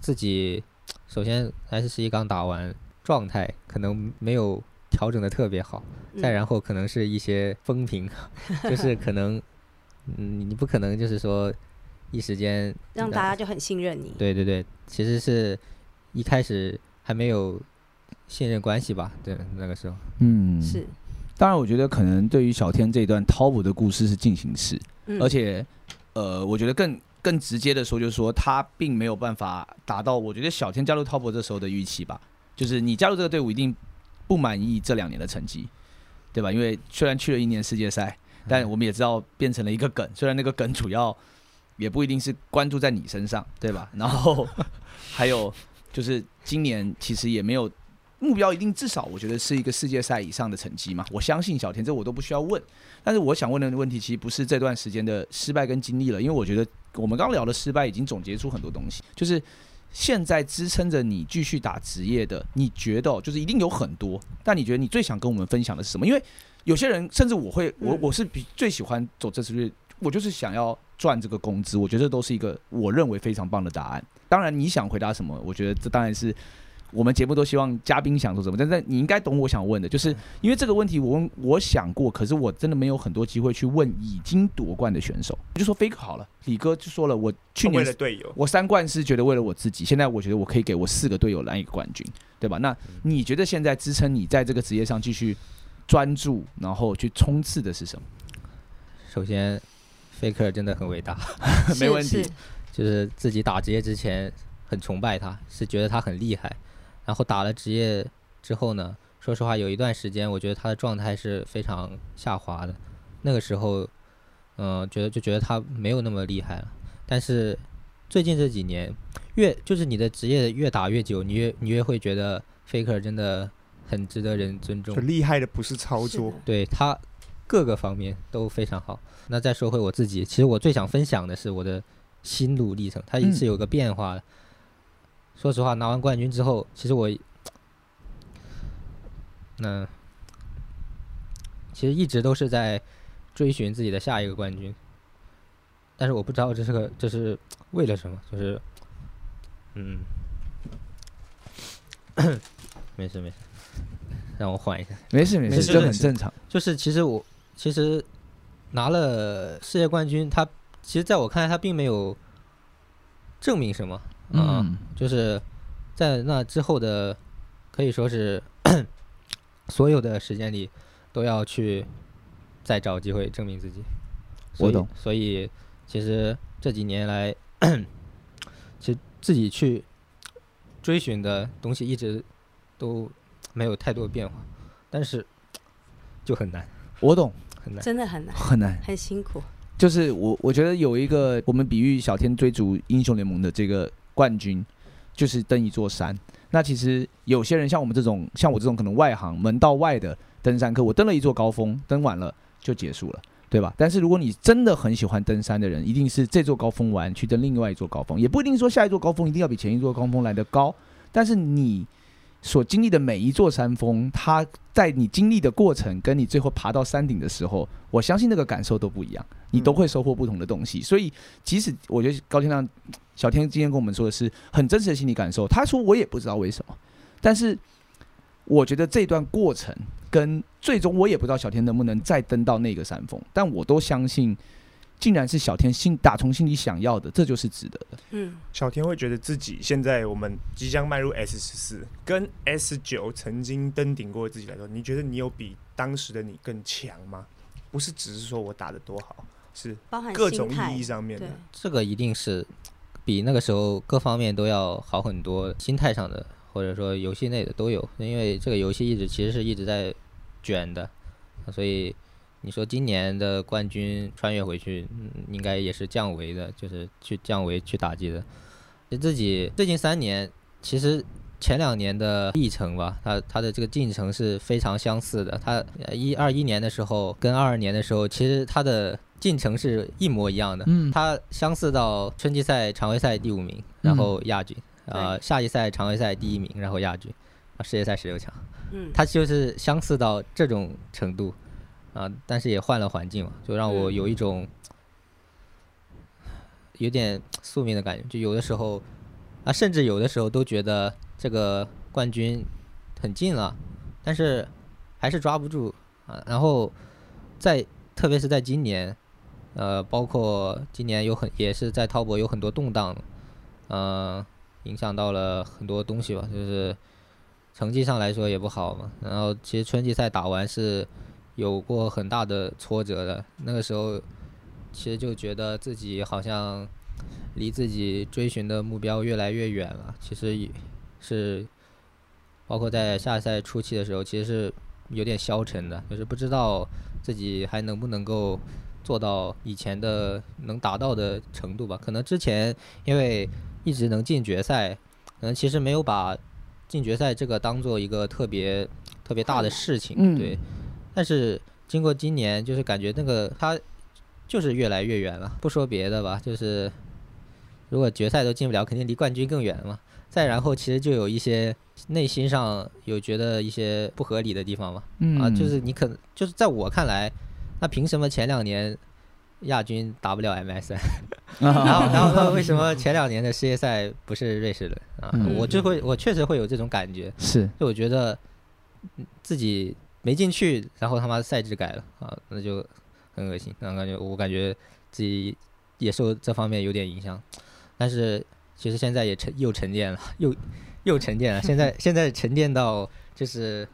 S1: 自己首先 S 十一刚打完，状态可能没有调整的特别好，再
S3: 嗯
S1: 然后可能是一些风评， 就是可能嗯你不可能就是说一时间
S3: 让大家就很信任你。
S1: 对对对，其实是一开始还没有信任关系吧？对，那个时候，
S2: 嗯
S3: 是，
S2: 当然，我觉得可能对于小天这一段滔博的故事是进行式，
S3: 嗯
S2: 而且，呃，我觉得更更直接的说，就是说他并没有办法达到我觉得小天加入滔博这时候的预期吧，就是你加入这个队伍一定不满意这两年的成绩，对吧？因为虽然去了一年世界赛，但我们也知道变成了一个梗，虽然那个梗主要也不一定是关注在你身上，对吧？然后还有就是今年其实也没有目标，一定至少我觉得是一个世界赛以上的成绩嘛。我相信小田，这我都不需要问。但是我想问的问题，其实不是这段时间的失败跟经历了，因为我觉得我们刚聊的失败已经总结出很多东西，就是。现在支撑着你继续打职业的，你觉得哦就是一定有很多，但你觉得你最想跟我们分享的是什么？因为有些人甚至我会，我
S3: 嗯
S2: 我是比最喜欢走这职业，我就是想要赚这个工资，我觉得这都是一个我认为非常棒的答案。当然，你想回答什么，我觉得这当然是我们节目都希望嘉宾想说什么，但是你应该懂我想问的，
S4: 嗯
S2: 就是因为这个问题我问我想过，可是我真的没有很多机会去问已经夺冠的选手。就说 Faker 好了，李哥就说了，我去
S4: 哦为
S2: 年
S4: 了队友，
S2: 我三冠是觉得为了我自己，现在我觉得我可以给我四个队友来一个冠军，对吧？那
S1: 嗯
S2: 你觉得现在支撑你在这个职业上继续专注，然后去冲刺的是什么？
S1: 首先，Faker 真的很伟大，
S2: 没问题
S3: 是是
S1: 就是自己打职业之前很崇拜他，是觉得他很厉害，然后打了职业之后呢，说实话有一段时间我觉得他的状态是非常下滑的，那个时候，嗯、觉得就觉得他没有那么厉害了，但是最近这几年越就是你的职业越打越久，你越你越会觉得 Faker 真的很值得人尊重
S4: 就，厉害的不是操
S3: 是的
S4: 作，
S1: 对他各个方面都非常好。那再说回我自己，其实我最想分享的是我的心路历程，它也是有个变化的。说实话，拿完冠军之后，其实我，嗯、其实一直都是在追寻自己的下一个冠军，但是我不知道这是个这是为了什么，就是，嗯， 没事没事，让我缓一下。
S2: 没事没
S1: 没
S2: 事，
S1: 事
S2: 这
S1: 没
S2: 很
S1: 事
S2: 正常。
S1: 就是其实我其实拿了世界冠军，他其实在我看来他并没有证明什么，啊
S2: 嗯，
S1: 就是在那之后的可以说是 所有的时间里都要去再找机会证明自己。所
S2: 我
S1: 以
S2: 懂。
S1: 所以其实这几年来， 其实自己去追寻的东西一直都没有太多变化，但是 就很难
S2: 我懂，
S1: 很难。
S3: 真的很难，
S2: 很难。
S3: 很辛苦。
S2: 就是我我觉得有一个我们比喻小天追逐英雄联盟的这个冠军，就是登一座山。那其实有些人像我们这种，像我这种可能外行门到外的登山客，我登了一座高峰，登完了就结束了。对吧？但是如果你真的很喜欢登山的人，一定是这座高峰完去登另外一座高峰，也不一定说下一座高峰一定要比前一座高峰来得高，但是你所经历的每一座山峰，它在你经历的过程跟你最后爬到山顶的时候，我相信那个感受都不一样，你都会收获不同的东西。所以，即使我觉得高天亮小天今天跟我们说的是很真实的心理感受，他说我也不知道为什么，但是我觉得这段过程跟最终我也不知道小天能不能再登到那个山峰，但我都相信。竟然是小天心打从心里想要的，这就是值得的。
S3: 嗯，
S4: 小天会觉得自己现在我们即将迈入 S 十四，跟 S 九曾经登顶过的自己来说，你觉得你有比当时的你更强吗？不是只是说我打得多好，是
S3: 包含
S4: 各
S3: 心
S4: 种
S3: 态
S4: 意义，上面
S3: 对
S4: 的。
S1: 这个一定是比那个时候各方面都要好很多，心态上的或者说游戏内的都有，因为这个游戏一直其实是一直在卷的，所以你说今年的冠军穿越回去，嗯应该也是降维的，就是去降维去打击的。就自己最近三年，其实前两年的历程吧，它它的这个进程是非常相似的。它呃一二一年的时候跟二二年的时候，其实它的进程是一模一样的。
S2: 嗯
S1: 他相似到春季赛常规赛第五名，然后亚军，呃，夏季赛常规赛第一名，然后亚军，啊，世界赛十六强，
S3: 嗯，
S1: 他就是相似到这种程度，啊，但是也换了环境嘛，就让我
S3: 嗯
S1: 有一种有点宿命的感觉，就有的时候啊，甚至有的时候都觉得这个冠军很近了，但是还是抓不住啊。然后在特别是在今年，呃，包括今年有很也是在滔博有很多动荡，呃，影响到了很多东西吧，就是成绩上来说也不好嘛。然后其实春季赛打完是有过很大的挫折的，那个时候其实就觉得自己好像离自己追寻的目标越来越远了，其实也是包括在下赛初期的时候，其实是有点消沉的，就是不知道自己还能不能够做到以前的能达到的程度吧。可能之前因为一直能进决赛，可能其实没有把进决赛这个当做一个特别特别大的事情，
S2: 嗯
S1: 对。但是经过今年，就是感觉那个他就是越来越远了。不说别的吧，就是如果决赛都进不了，肯定离冠军更远了嘛。再然后，其实就有一些内心上有觉得一些不合理
S2: 嗯
S1: 啊 的地方嘛。啊，就是你可能就是在我看来，那凭什么前两年亚军打不了 MSI，然
S2: 啊
S1: 后然后为什么前两年的世界赛不是瑞士人啊？
S2: 嗯
S1: 我就会我确实会有这种感觉，
S2: 是
S1: 就我觉得嗯自己没进去，然后他妈赛制改了啊，那就很恶心。然后感觉我感觉自己也受这方面有点影响，但是其实现在也沉又沉淀了，又又沉淀了。现在现在沉淀到就是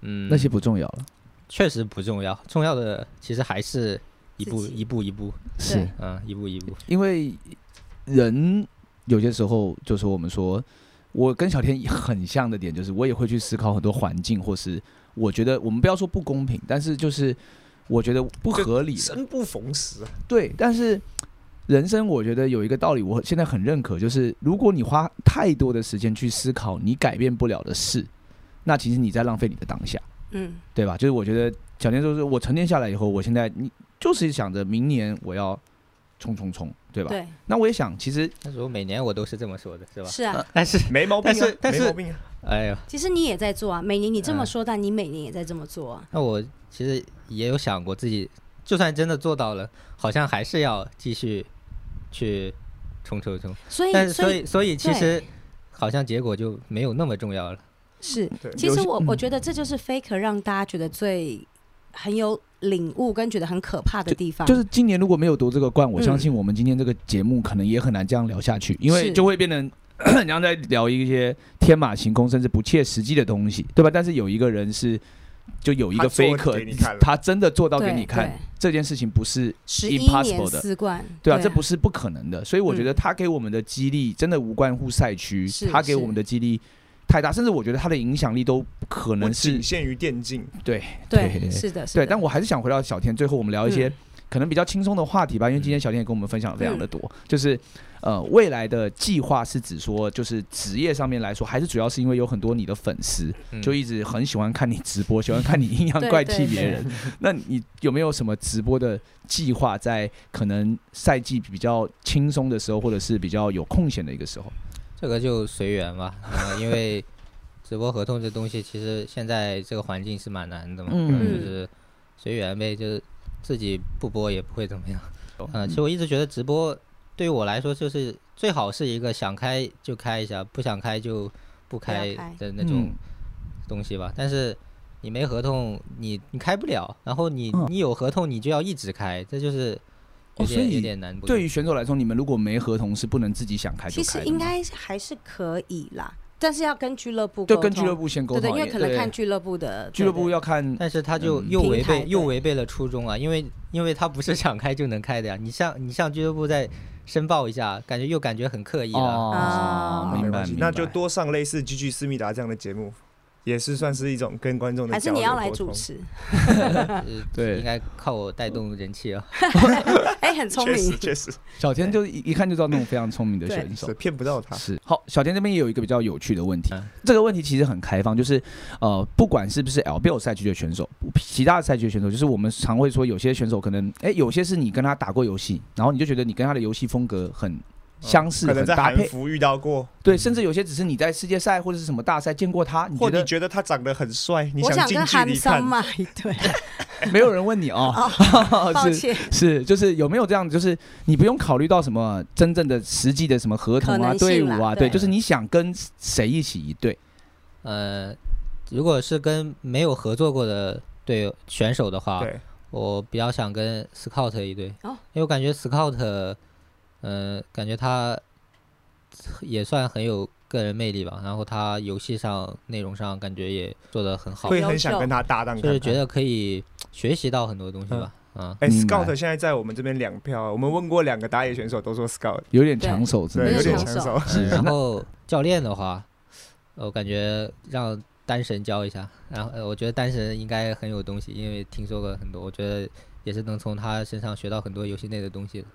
S1: 嗯，
S2: 那些不重要了，
S1: 确实不重要，重要的其实还是一
S3: 自
S1: 步
S3: 己
S1: 一步一步，
S2: 是
S1: 嗯，一步一步。
S2: 因为人有些时候就是我们说，我跟小天很像的点就是，我也会去思考很多环境，或是我觉得我们不要说不公平，但是就是我觉得不合理的，
S4: 生不逢时啊，
S2: 对，但是。人生，我觉得有一个道理，我现在很认可，就是如果你花太多的时间去思考你改变不了的事，那其实你在浪费你的当下。
S3: 嗯，
S2: 对吧？就是我觉得小天说是我沉淀下来以后，我现在你就是想着明年我要冲冲冲，对吧？
S3: 对，
S2: 那我也想，其实
S1: 但是我每年我都是这么说的，是吧？
S3: 是啊，
S1: 但是，
S4: 没毛病
S1: 但
S4: 啊
S1: 是，但
S4: 没
S1: 是
S4: 毛病啊。
S1: 哎呦，
S3: 其实你也在做啊，每年你这么
S1: 嗯
S3: 说，但你每年也在这么做啊。
S1: 那我其实也有想过，自己就算真的做到了，好像还是要继续去冲冲冲。
S3: 所
S1: 但
S3: 以，
S1: 是所
S3: 以
S1: 以所以其
S3: 对
S1: 实好像结果就没有那么重要了。
S3: 是
S4: 对，
S3: 其实
S2: 有些
S3: 我
S2: 嗯
S3: 我觉得这就是 faker 让大家觉得最很有领悟跟觉得很可怕的地方，
S2: 就是今年如果没有夺这个冠，我
S3: 啊嗯
S2: 相信我们今天这个节目可能也很难这样聊下去，因为
S3: 是
S2: 就会变成 然后再聊一些天马行空甚至不切实际的东西，对吧？但是有一个人是就有一个
S4: 他做
S2: 飞
S4: 了
S2: 客
S4: 给你看，了
S2: 他真的做到
S3: 对
S2: 给你看，这件事情不是
S3: 十一
S2: impossible
S3: 年
S2: 的
S3: 四冠，
S2: 对啊，
S3: 对嗯
S2: 这不是不可能的。所以我觉得他给我们的激励真的无关乎赛区
S3: 是，
S2: 他给我们的激励太大，甚至我觉得他的影响力都可
S4: 我
S2: 能是
S4: 仅限于电竞，
S3: 对，
S2: 对
S3: 是的，是
S2: 对。
S3: 的。
S2: 但我还是想回到小天，最后我们聊一些
S3: 嗯
S2: 可能比较轻松的话题吧，因为今天小天也跟我们分享了非常的多，就是呃未来的计划是指说，就是职业上面来说，还是主要是因为有很多你的粉丝，
S1: 嗯
S2: 就一直很喜欢看你直播，喜欢看你阴阳怪气别 人。那你有没有什么直播的计划，在可能赛季比较轻松的时候，或者是比较有空闲的一个时候？
S1: 这个就随缘吧，嗯因为 直播合同这东西，其实现在这个环境是蛮难的嘛，
S2: 嗯
S1: 就是随缘呗，就是自己不播也不会怎么样。嗯，其实我一直觉得直播对于我来说，就是最好是一个想开就开一下，不想开就不
S3: 不要
S1: 开
S3: 开
S1: 的那
S2: 嗯
S1: 种东西吧。但是你没合同，你你开不了，然后你、
S2: 嗯
S1: 你有合同，你就要一直开，这就是
S2: 哦
S1: 有
S2: 所
S1: 点、
S2: 以
S1: 有点难不
S2: 对于选手来说，你们如果没合同，是不能自己想开就
S3: 其
S2: 开的
S3: 实
S2: 吗
S3: 应该还是可以啦，但是要跟俱乐部
S2: 就
S3: 沟
S2: 跟俱
S3: 通
S2: 乐部先沟
S3: 对
S2: 通
S3: 对，
S2: 好
S3: 因
S2: 一点，
S3: 为可能看
S2: 对
S3: 俱乐部的
S2: 俱乐部
S3: 对
S2: 要看
S1: 但是他就
S2: 嗯
S1: 又
S3: 平
S1: 违
S3: 台
S1: 背又
S3: 对
S1: 违背了初衷啊，因为因为他不是想开就能开的呀。你像你像俱乐部再申报一下，感觉又感觉很刻意了。
S2: 哦
S3: 啊，
S2: 明
S4: 没
S2: 白
S4: 关系，
S2: 明白
S4: 那就多上类似 GG 思密达这样的节目，也是算是一种跟观众的
S3: 还是你
S4: 交
S3: 要
S4: 流
S3: 来
S4: 沟
S3: 主
S4: 通
S3: 持，
S1: 呃
S2: 对
S1: 应该靠我带动人气啊。
S3: 哎，很聪
S4: 确
S3: 明
S4: 实，确实
S2: 小天就一一看就知道那种非常聪明的
S3: 对
S2: 选手
S4: 是。骗不到他。
S2: 是好，小田这边也有一个比较有趣的问题，
S1: 嗯
S2: 这个问题其实很开放，就是呃，不管是不是 LBL 赛区的选手，其他的赛区的选手，就是我们常会说有些选手可能，哎，有些是你跟他打过游戏，然后你就觉得你跟他的游戏风格很相似，
S4: 嗯可能
S2: 很
S4: 在
S2: 搭
S4: 韩
S2: 配，
S4: 服遇到过，
S2: 对，甚至有些只是你在世界赛或者是什么大赛见过他，你
S4: 或
S2: 觉
S4: 你
S2: 得
S4: 觉得他长得很帅，你
S3: 我想
S4: 近
S3: 跟
S4: 距
S3: 韩
S4: 离
S3: 商
S4: 看，
S3: 骂一顿，
S2: 没有人问你 哦，
S3: 抱
S2: 是
S3: 歉，
S2: 是，就是有没有这样，就是你不用考虑到什么真正的实际的什么合同
S3: 可
S2: 啊、
S3: 能性
S2: 队伍
S3: 啦
S2: 啊，对，
S3: 对
S2: 就是你想跟谁一起一队，
S1: 呃，如果是跟没有合作过的队友选手的话，
S4: 对，
S1: 我比较想跟 Scout 一队，
S3: 哦
S1: 因为我感觉 Scout，呃，感觉他也算很有个人魅力吧，然后他游戏上、内容上感觉也做得很好，
S4: 会
S3: 优
S4: 很想
S3: 秀
S4: 跟他搭档看
S1: 就
S4: 看。
S1: 是觉得可以学习到很多东西吧， 啊，
S4: 哎
S2: 明白
S4: ，Scout 现在在我们这边两票，我们问过两个打野选手都说 Scout，
S2: 有点抢手之
S4: 对，
S2: 类
S4: 有
S2: 的
S4: 点
S3: 抢
S4: 抢
S3: 手
S4: 手。
S1: 嗯然后教练的话，呃我感觉让单神教一下，然后呃我觉得单神应该很有东西，因为听说过很多，我觉得也是能从他身上学到很多游戏内的东西的。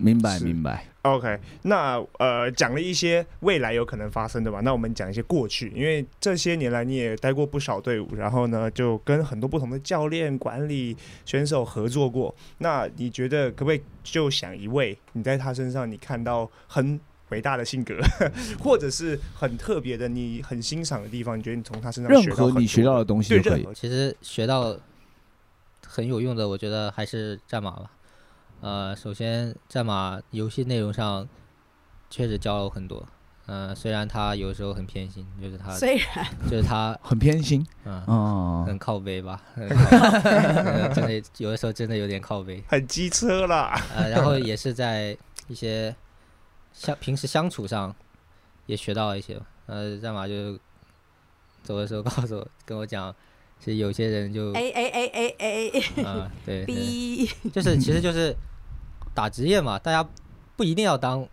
S2: 明白，
S4: 是
S2: 明白。
S4: OK，那呃讲了一些未来有可能发生的吧，那我们讲一些过去，因为这些年来你也待过不少队伍，然后呢就跟很多不同的教练、管理、选手合作过。那你觉得可不可以就想一位你在他身上你看到很伟大的性格， 或者是很特别的你很欣赏的地方？你觉得你从他身上
S2: 任
S4: 学到
S2: 何
S4: 很
S2: 你学
S4: 多
S2: 到的东西
S4: 对
S2: 都可
S4: 任
S2: 以
S4: 何
S1: 其实学到很有用的，我觉得还是战马吧。呃，首先战马游戏内容上确实教了我很多。嗯、虽然他有时候很偏心，就是他，
S3: 虽然
S1: 就是 他，
S2: 很偏心
S1: 嗯，
S2: 哦。
S1: 很靠背吧，很靠呃真的有的时候真的有点靠背。
S4: 很机车啦，
S1: 呃，然后也是在一些相平时相处上也学到了一些吧。呃，战马就走的时候告诉我跟我讲，其实有些人就啊、
S3: 哎哎哎哎哎哎
S1: 对， 对
S3: ，B，
S1: 就是其实就是打职业嘛，大家不一定要当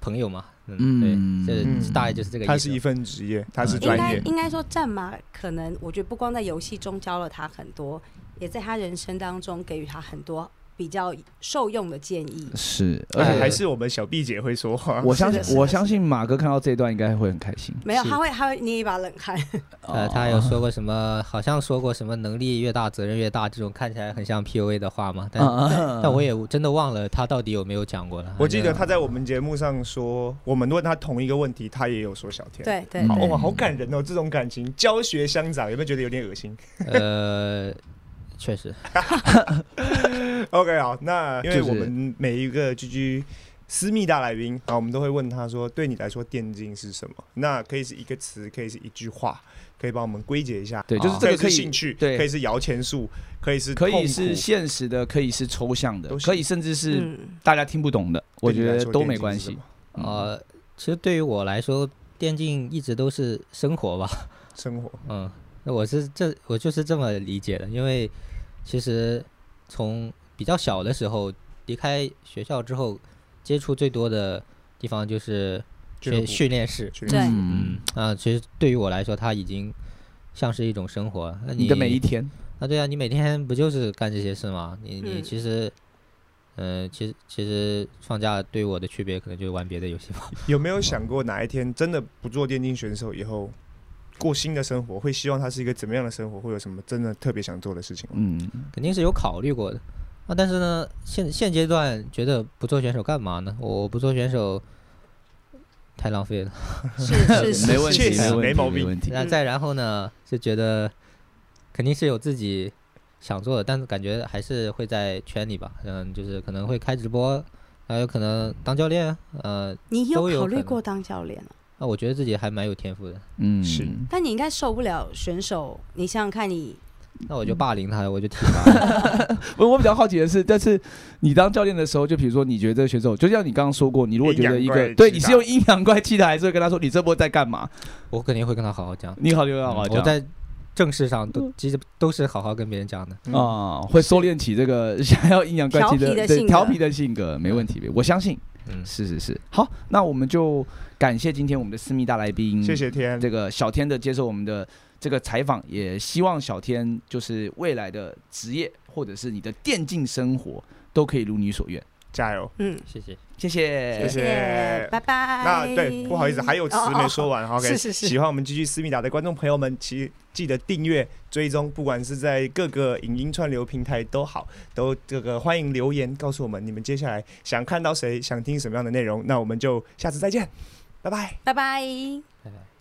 S1: 朋友嘛。嗯，对，
S4: 嗯
S1: 这大概就是这个意思吧。
S4: 它是一份职业，
S2: 啊
S4: 它是
S3: 应
S4: 专
S3: 该
S4: 业，
S3: 应该说战马，可能我觉得不光在游戏中教了他很多，也在他人生当中给予他很多比较受用的建议。
S2: 是，而
S4: 而
S2: 且
S4: 且
S2: 还
S4: 还
S2: 是
S4: 是我们小 B 姐会说话。
S2: 我相
S3: 是的是
S2: 信，
S3: 的
S2: 我
S3: 是
S2: 相
S3: 的
S2: 信马哥看到这一段应该会很开心。
S3: 没有，
S1: 是
S3: 他会他会捏一把冷 汗。
S2: 哦
S1: 呃，他有说过什么？好像说过什么能力越大责任越大这种看起来很像 PUA 的话嘛，但、
S2: 哦，
S1: 但我也真的忘了他到底有没有讲过了。
S2: 啊
S4: 我记得
S1: 反
S4: 他在我们节目上说，我们问他同一个问题，他也有说小天。，
S3: 对对
S2: 嗯
S3: 对，
S4: 哇、好感人哦！这种感情教学相长，有没有觉得有点恶心
S1: 正呃，确实，
S4: ？OK，好，那因为
S2: 就是
S4: 我们每一个 GG 私密大来宾，啊，我们都会问他说，对你来说电竞是什么？那可以是一个词，可以是一句话，可以帮我们归结一下。
S2: 对，就是
S1: 哦
S2: 这个
S4: 可
S2: 可以
S4: 以是兴趣，
S2: 对
S4: 可以是摇钱树，可以是
S2: 可
S4: 痛
S2: 以
S4: 苦
S2: 是现实的，可以是抽象的
S4: 都，
S2: 可
S4: 行
S2: 以甚至是
S3: 嗯，
S2: 大家听不懂的，我
S4: 对你
S2: 觉
S4: 来
S2: 得
S4: 说
S2: 都
S4: 电
S2: 没
S4: 竞
S2: 关
S4: 是什
S2: 系
S4: 么。
S2: 嗯
S1: 呃，其实对于我来说，电竞一直都是生活吧。
S4: 生活
S1: 嗯，那我是这我就是这么理解的，因为其实从比较小的时候离开学校之后，接触最多的地方就是
S4: 俱乐
S1: 训
S4: 部
S1: 训练室。
S4: 去
S3: 对
S2: 嗯，
S1: 啊、其实对于我来说，它已经像是一种生活了。那
S2: 你的每一天，
S1: 那对啊，你每天不就是干这些事吗？你你
S3: 嗯
S1: 其实，嗯、其实其实放假对我的区别可能就是玩别的游戏吧。
S4: 有没有想过哪一天真的不做电竞选手以后，过新的生活，会希望他是一个怎么样的生活，会有什么真的特别想做的事情吗？
S2: 嗯，
S1: 肯定是有考虑过的。啊，但是呢，现现阶段觉得不做选手干嘛呢？我不做选手太浪 费了。
S3: 是是是，
S2: 没问
S4: 确
S2: 题，
S4: 实
S2: 问
S4: 没
S2: 题
S4: 毛
S2: 没
S4: 病
S2: 问题。
S1: 那再然后呢，就觉得肯定是有自己想做的，但是感觉还是会在圈里吧。嗯，就是可能会开直播，还有可能当教练。呃，
S3: 你有
S1: 都有
S3: 考
S1: 可
S3: 虑
S1: 能
S3: 过当教练啊？
S1: 那我觉得自己还蛮有天赋的。
S2: 嗯，
S4: 是
S3: 但你应该受不了选手，你想想看你，
S1: 那我
S2: 嗯
S1: 就霸凌他，我就体罚。
S2: 我我比较好奇的是，但是你当教练的时候，就比如说你觉得这个选手，就像你刚刚说过，你如果觉得一
S4: 阴阳
S2: 个
S4: 怪
S2: 对
S4: 气
S2: 你是
S4: 他
S2: 用阴阳怪气的，还是会跟他说你这波在干嘛？
S1: 我肯定会跟他好好讲。嗯
S2: 你好，你
S3: 嗯
S2: 好，嗯好
S1: 我在正事上都其实都是好好跟别人讲的。
S3: 哦
S2: 啊，会收敛起这个想要阴阳怪气
S3: 调皮的
S2: 对
S3: 性格
S2: 调皮的性格，没问题，我相信
S1: 嗯，
S2: 是是是。好，那我们就感谢今天我们的私密大来宾，
S4: 嗯谢谢天，
S2: 这个小天的接受我们的这个采访，也希望小天就是未来的职业或者是你的电竞生活都可以如你所愿。
S4: 加油！
S3: 嗯，
S1: 谢谢。
S2: 谢谢，
S4: 谢谢
S3: 拜拜。哦
S4: 那对，不好意思，还有词没说
S3: 完。
S4: 完。OK，
S3: 是是是
S4: 喜欢我们 GG 思密达的观众朋友们，其记得订阅、追踪，不管是在各个影音串流平台都好，都这个欢迎留言告诉我们你们接下来想看到谁，想听什么样的内容。那我们就下次再见，拜拜。
S3: 拜拜。
S1: 拜拜。